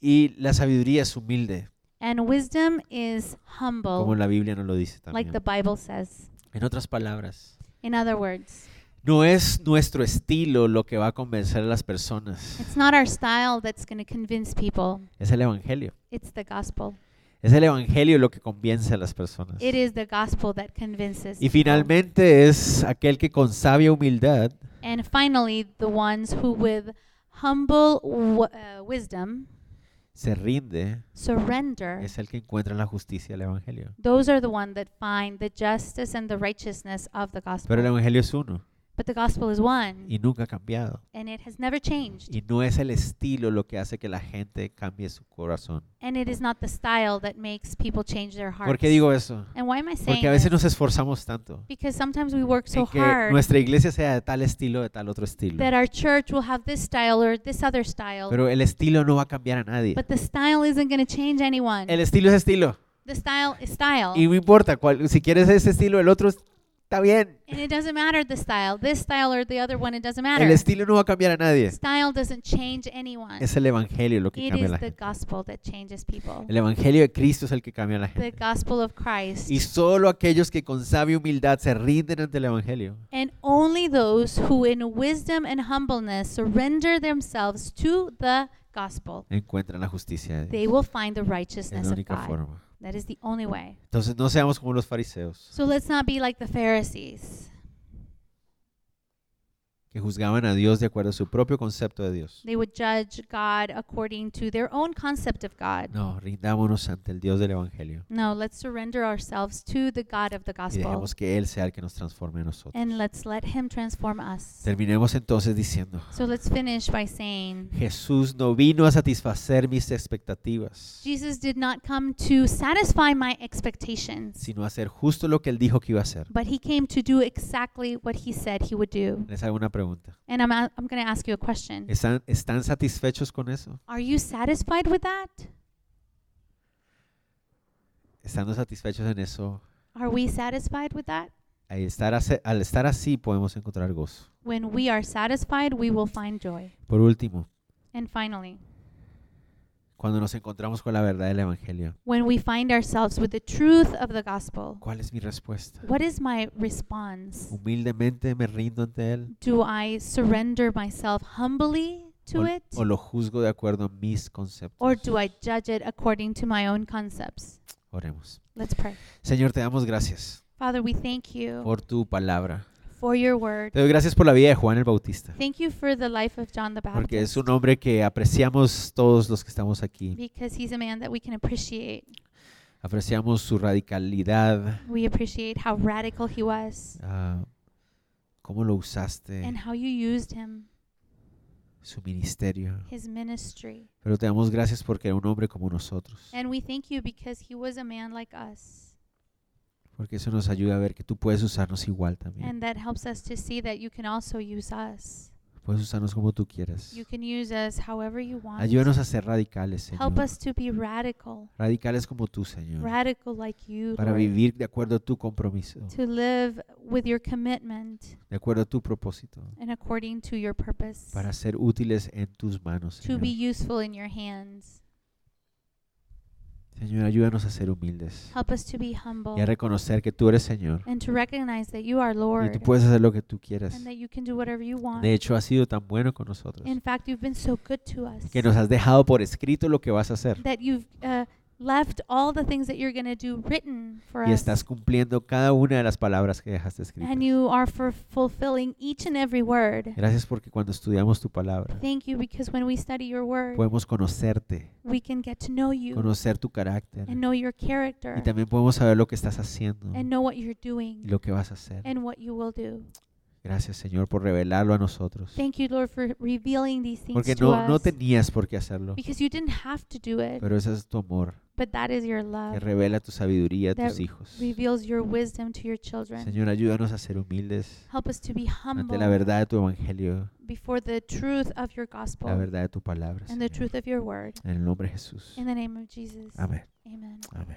S1: Y la sabiduría es humilde,
S2: And wisdom is
S1: como
S2: humble,
S1: la Biblia nos lo dice también.
S2: like the Bible says.
S1: En otras palabras,
S2: In other words,
S1: no es nuestro estilo lo que va a convencer a las personas.
S2: it's not our style that's going to convince people,
S1: Es el Evangelio.
S2: it's the gospel.
S1: Es el Evangelio lo que convence a las personas.
S2: It is the gospel that convinces.
S1: Y
S2: people.
S1: finalmente es aquel que con sabia humildad
S2: And finally, the ones who, with humble w- uh, wisdom,
S1: se rinde,
S2: surrender.
S1: es el que encuentra la justicia del Evangelio.
S2: Those are the one that find the justice and the righteousness of the gospel.
S1: Pero el Evangelio es uno
S2: but the gospel is one,
S1: y nunca ha cambiado.
S2: and it has never changed.
S1: Y no es el estilo lo que hace que la gente cambie su corazón.
S2: And it is not the style that makes people change their hearts.
S1: ¿Por qué digo eso?
S2: and why am I saying
S1: Porque a veces
S2: this?
S1: nos esforzamos tanto
S2: Because sometimes we work so
S1: en que
S2: hard
S1: nuestra iglesia sea de tal estilo, de tal otro estilo.
S2: that our church will have this style or this other style.
S1: Pero el estilo no va a cambiar a nadie.
S2: but the style isn't going to change anyone.
S1: El estilo es estilo.
S2: the style is style.
S1: Y no importa, cuál, si quieres ese estilo, el otro está bien.
S2: and it doesn't matter the style, this style or the other one, it doesn't matter.
S1: El estilo no va a cambiar a nadie.
S2: style doesn't change anyone.
S1: Es el evangelio lo que
S2: it
S1: cambia a
S2: is
S1: la
S2: the
S1: gente.
S2: gospel that changes people.
S1: El evangelio de Cristo es el que cambia a la
S2: the
S1: gente.
S2: gospel of Christ.
S1: Y solo aquellos que con sabia humildad se rinden ante el evangelio
S2: And only those who in wisdom and humbleness surrender themselves to the gospel,
S1: encuentran la justicia de
S2: they
S1: Dios.
S2: will find the
S1: Es
S2: righteousness
S1: la
S2: of
S1: única
S2: God.
S1: forma.
S2: That is the only way.
S1: Entonces no seamos como los fariseos
S2: So let's not be like the Pharisees.
S1: que juzgaban a Dios de acuerdo a su propio concepto de Dios.
S2: They would judge God according to their own concept of God.
S1: No, rindámonos ante el Dios del evangelio
S2: No, let's surrender ourselves to the God of the
S1: y
S2: gospel
S1: dejemos que Él sea el que nos transforme a nosotros.
S2: and let's let Him transform us.
S1: Terminemos entonces diciendo,
S2: So let's finish by saying
S1: Jesús no vino a satisfacer mis expectativas,
S2: Jesus did not come to satisfy my expectations.
S1: sino a hacer justo lo que Él dijo que iba a hacer.
S2: But he came to do exactly what he said he would do.
S1: Les hago una pregunta.
S2: And I'm, a- I'm going to ask you a question.
S1: ¿Están, están satisfechos con eso?
S2: Are you satisfied with that?
S1: Estando satisfechos en eso,
S2: Are we satisfied with that?
S1: al estar, ace- al estar así podemos encontrar gozo.
S2: When we are satisfied, we will find joy.
S1: Por último,
S2: And finally,
S1: cuando nos encontramos con la verdad del Evangelio,
S2: when we find ourselves with the truth of the gospel,
S1: ¿cuál es mi respuesta?
S2: what is my response?
S1: ¿Humildemente me rindo ante Él?
S2: Do I surrender myself humbly to
S1: o,
S2: it?
S1: o lo juzgo de acuerdo a mis conceptos?
S2: Or do I judge it according to my own concepts?
S1: Oremos.
S2: Let's pray.
S1: Señor, te damos gracias
S2: Father, we thank you
S1: por tu palabra.
S2: for your word.
S1: Te doy gracias por la vida de Juan el Bautista,
S2: Thank you for the life of John the
S1: porque es
S2: Baptist
S1: un hombre que apreciamos todos los que estamos aquí.
S2: because he's a man that we can appreciate.
S1: Apreciamos su radicalidad,
S2: We appreciate how radical he was
S1: ah, cómo lo usaste,
S2: and how you used him,
S1: su ministerio.
S2: his ministry.
S1: Pero te damos gracias porque era un hombre como nosotros,
S2: And we thank you because he was a man like us.
S1: porque eso nos ayuda a ver que tú puedes usarnos igual también.
S2: And that helps us to see that you can also use us.
S1: Puedes usarnos como tú quieras.
S2: You can use us however you want.
S1: Ayúdanos a ser radicales,
S2: Help
S1: Señor.
S2: us to be radical,
S1: Radicales como tú, Señor.
S2: radical like you,
S1: para
S2: Lord,
S1: vivir de acuerdo a tu compromiso,
S2: to live with your commitment
S1: de acuerdo a tu propósito,
S2: and according to your purpose,
S1: para ser útiles en tus manos.
S2: to
S1: Señor,
S2: be useful in your hands.
S1: Señor ayúdanos a ser humildes
S2: Help us to be humble
S1: y a reconocer que tú eres Señor
S2: and to recognize that you are
S1: y
S2: Lord
S1: tú puedes hacer lo que tú quieras.
S2: and that you can do whatever you want.
S1: De hecho, has sido tan bueno con nosotros
S2: In fact, you've been so good to us
S1: que nos has dejado por escrito lo que vas a hacer
S2: that you've uh, left all the things that you're going to do written for
S1: y
S2: us.
S1: estás cumpliendo cada una de las palabras que dejaste escritas.
S2: And you are for fulfilling each and every word.
S1: Gracias porque cuando estudiamos tu palabra
S2: Thank you because when we study your word,
S1: podemos conocerte,
S2: we can get to know you
S1: conocer tu carácter
S2: and know your
S1: y
S2: character
S1: también podemos saber lo que estás haciendo
S2: and know what you're
S1: y
S2: doing
S1: lo que vas a hacer.
S2: and what you will do.
S1: Gracias, Señor, por revelarlo a nosotros.
S2: Thank you, Lord, for revealing these things
S1: Porque
S2: to
S1: no,
S2: us
S1: no tenías por qué hacerlo.
S2: because you didn't have to do it,
S1: Pero ese es tu amor
S2: but that is your
S1: que
S2: love.
S1: revela tu sabiduría a tus
S2: that
S1: hijos.
S2: Reveals your wisdom to your children.
S1: Señor, ayúdanos a ser humildes
S2: Help us to be
S1: ante la
S2: humble
S1: verdad de tu evangelio,
S2: before the truth of your
S1: la
S2: gospel
S1: verdad de tu palabra.
S2: and the
S1: Señor.
S2: truth of your word.
S1: En el nombre de Jesús.
S2: In the name of Jesus.
S1: Amén.
S2: Amen.
S1: Amén.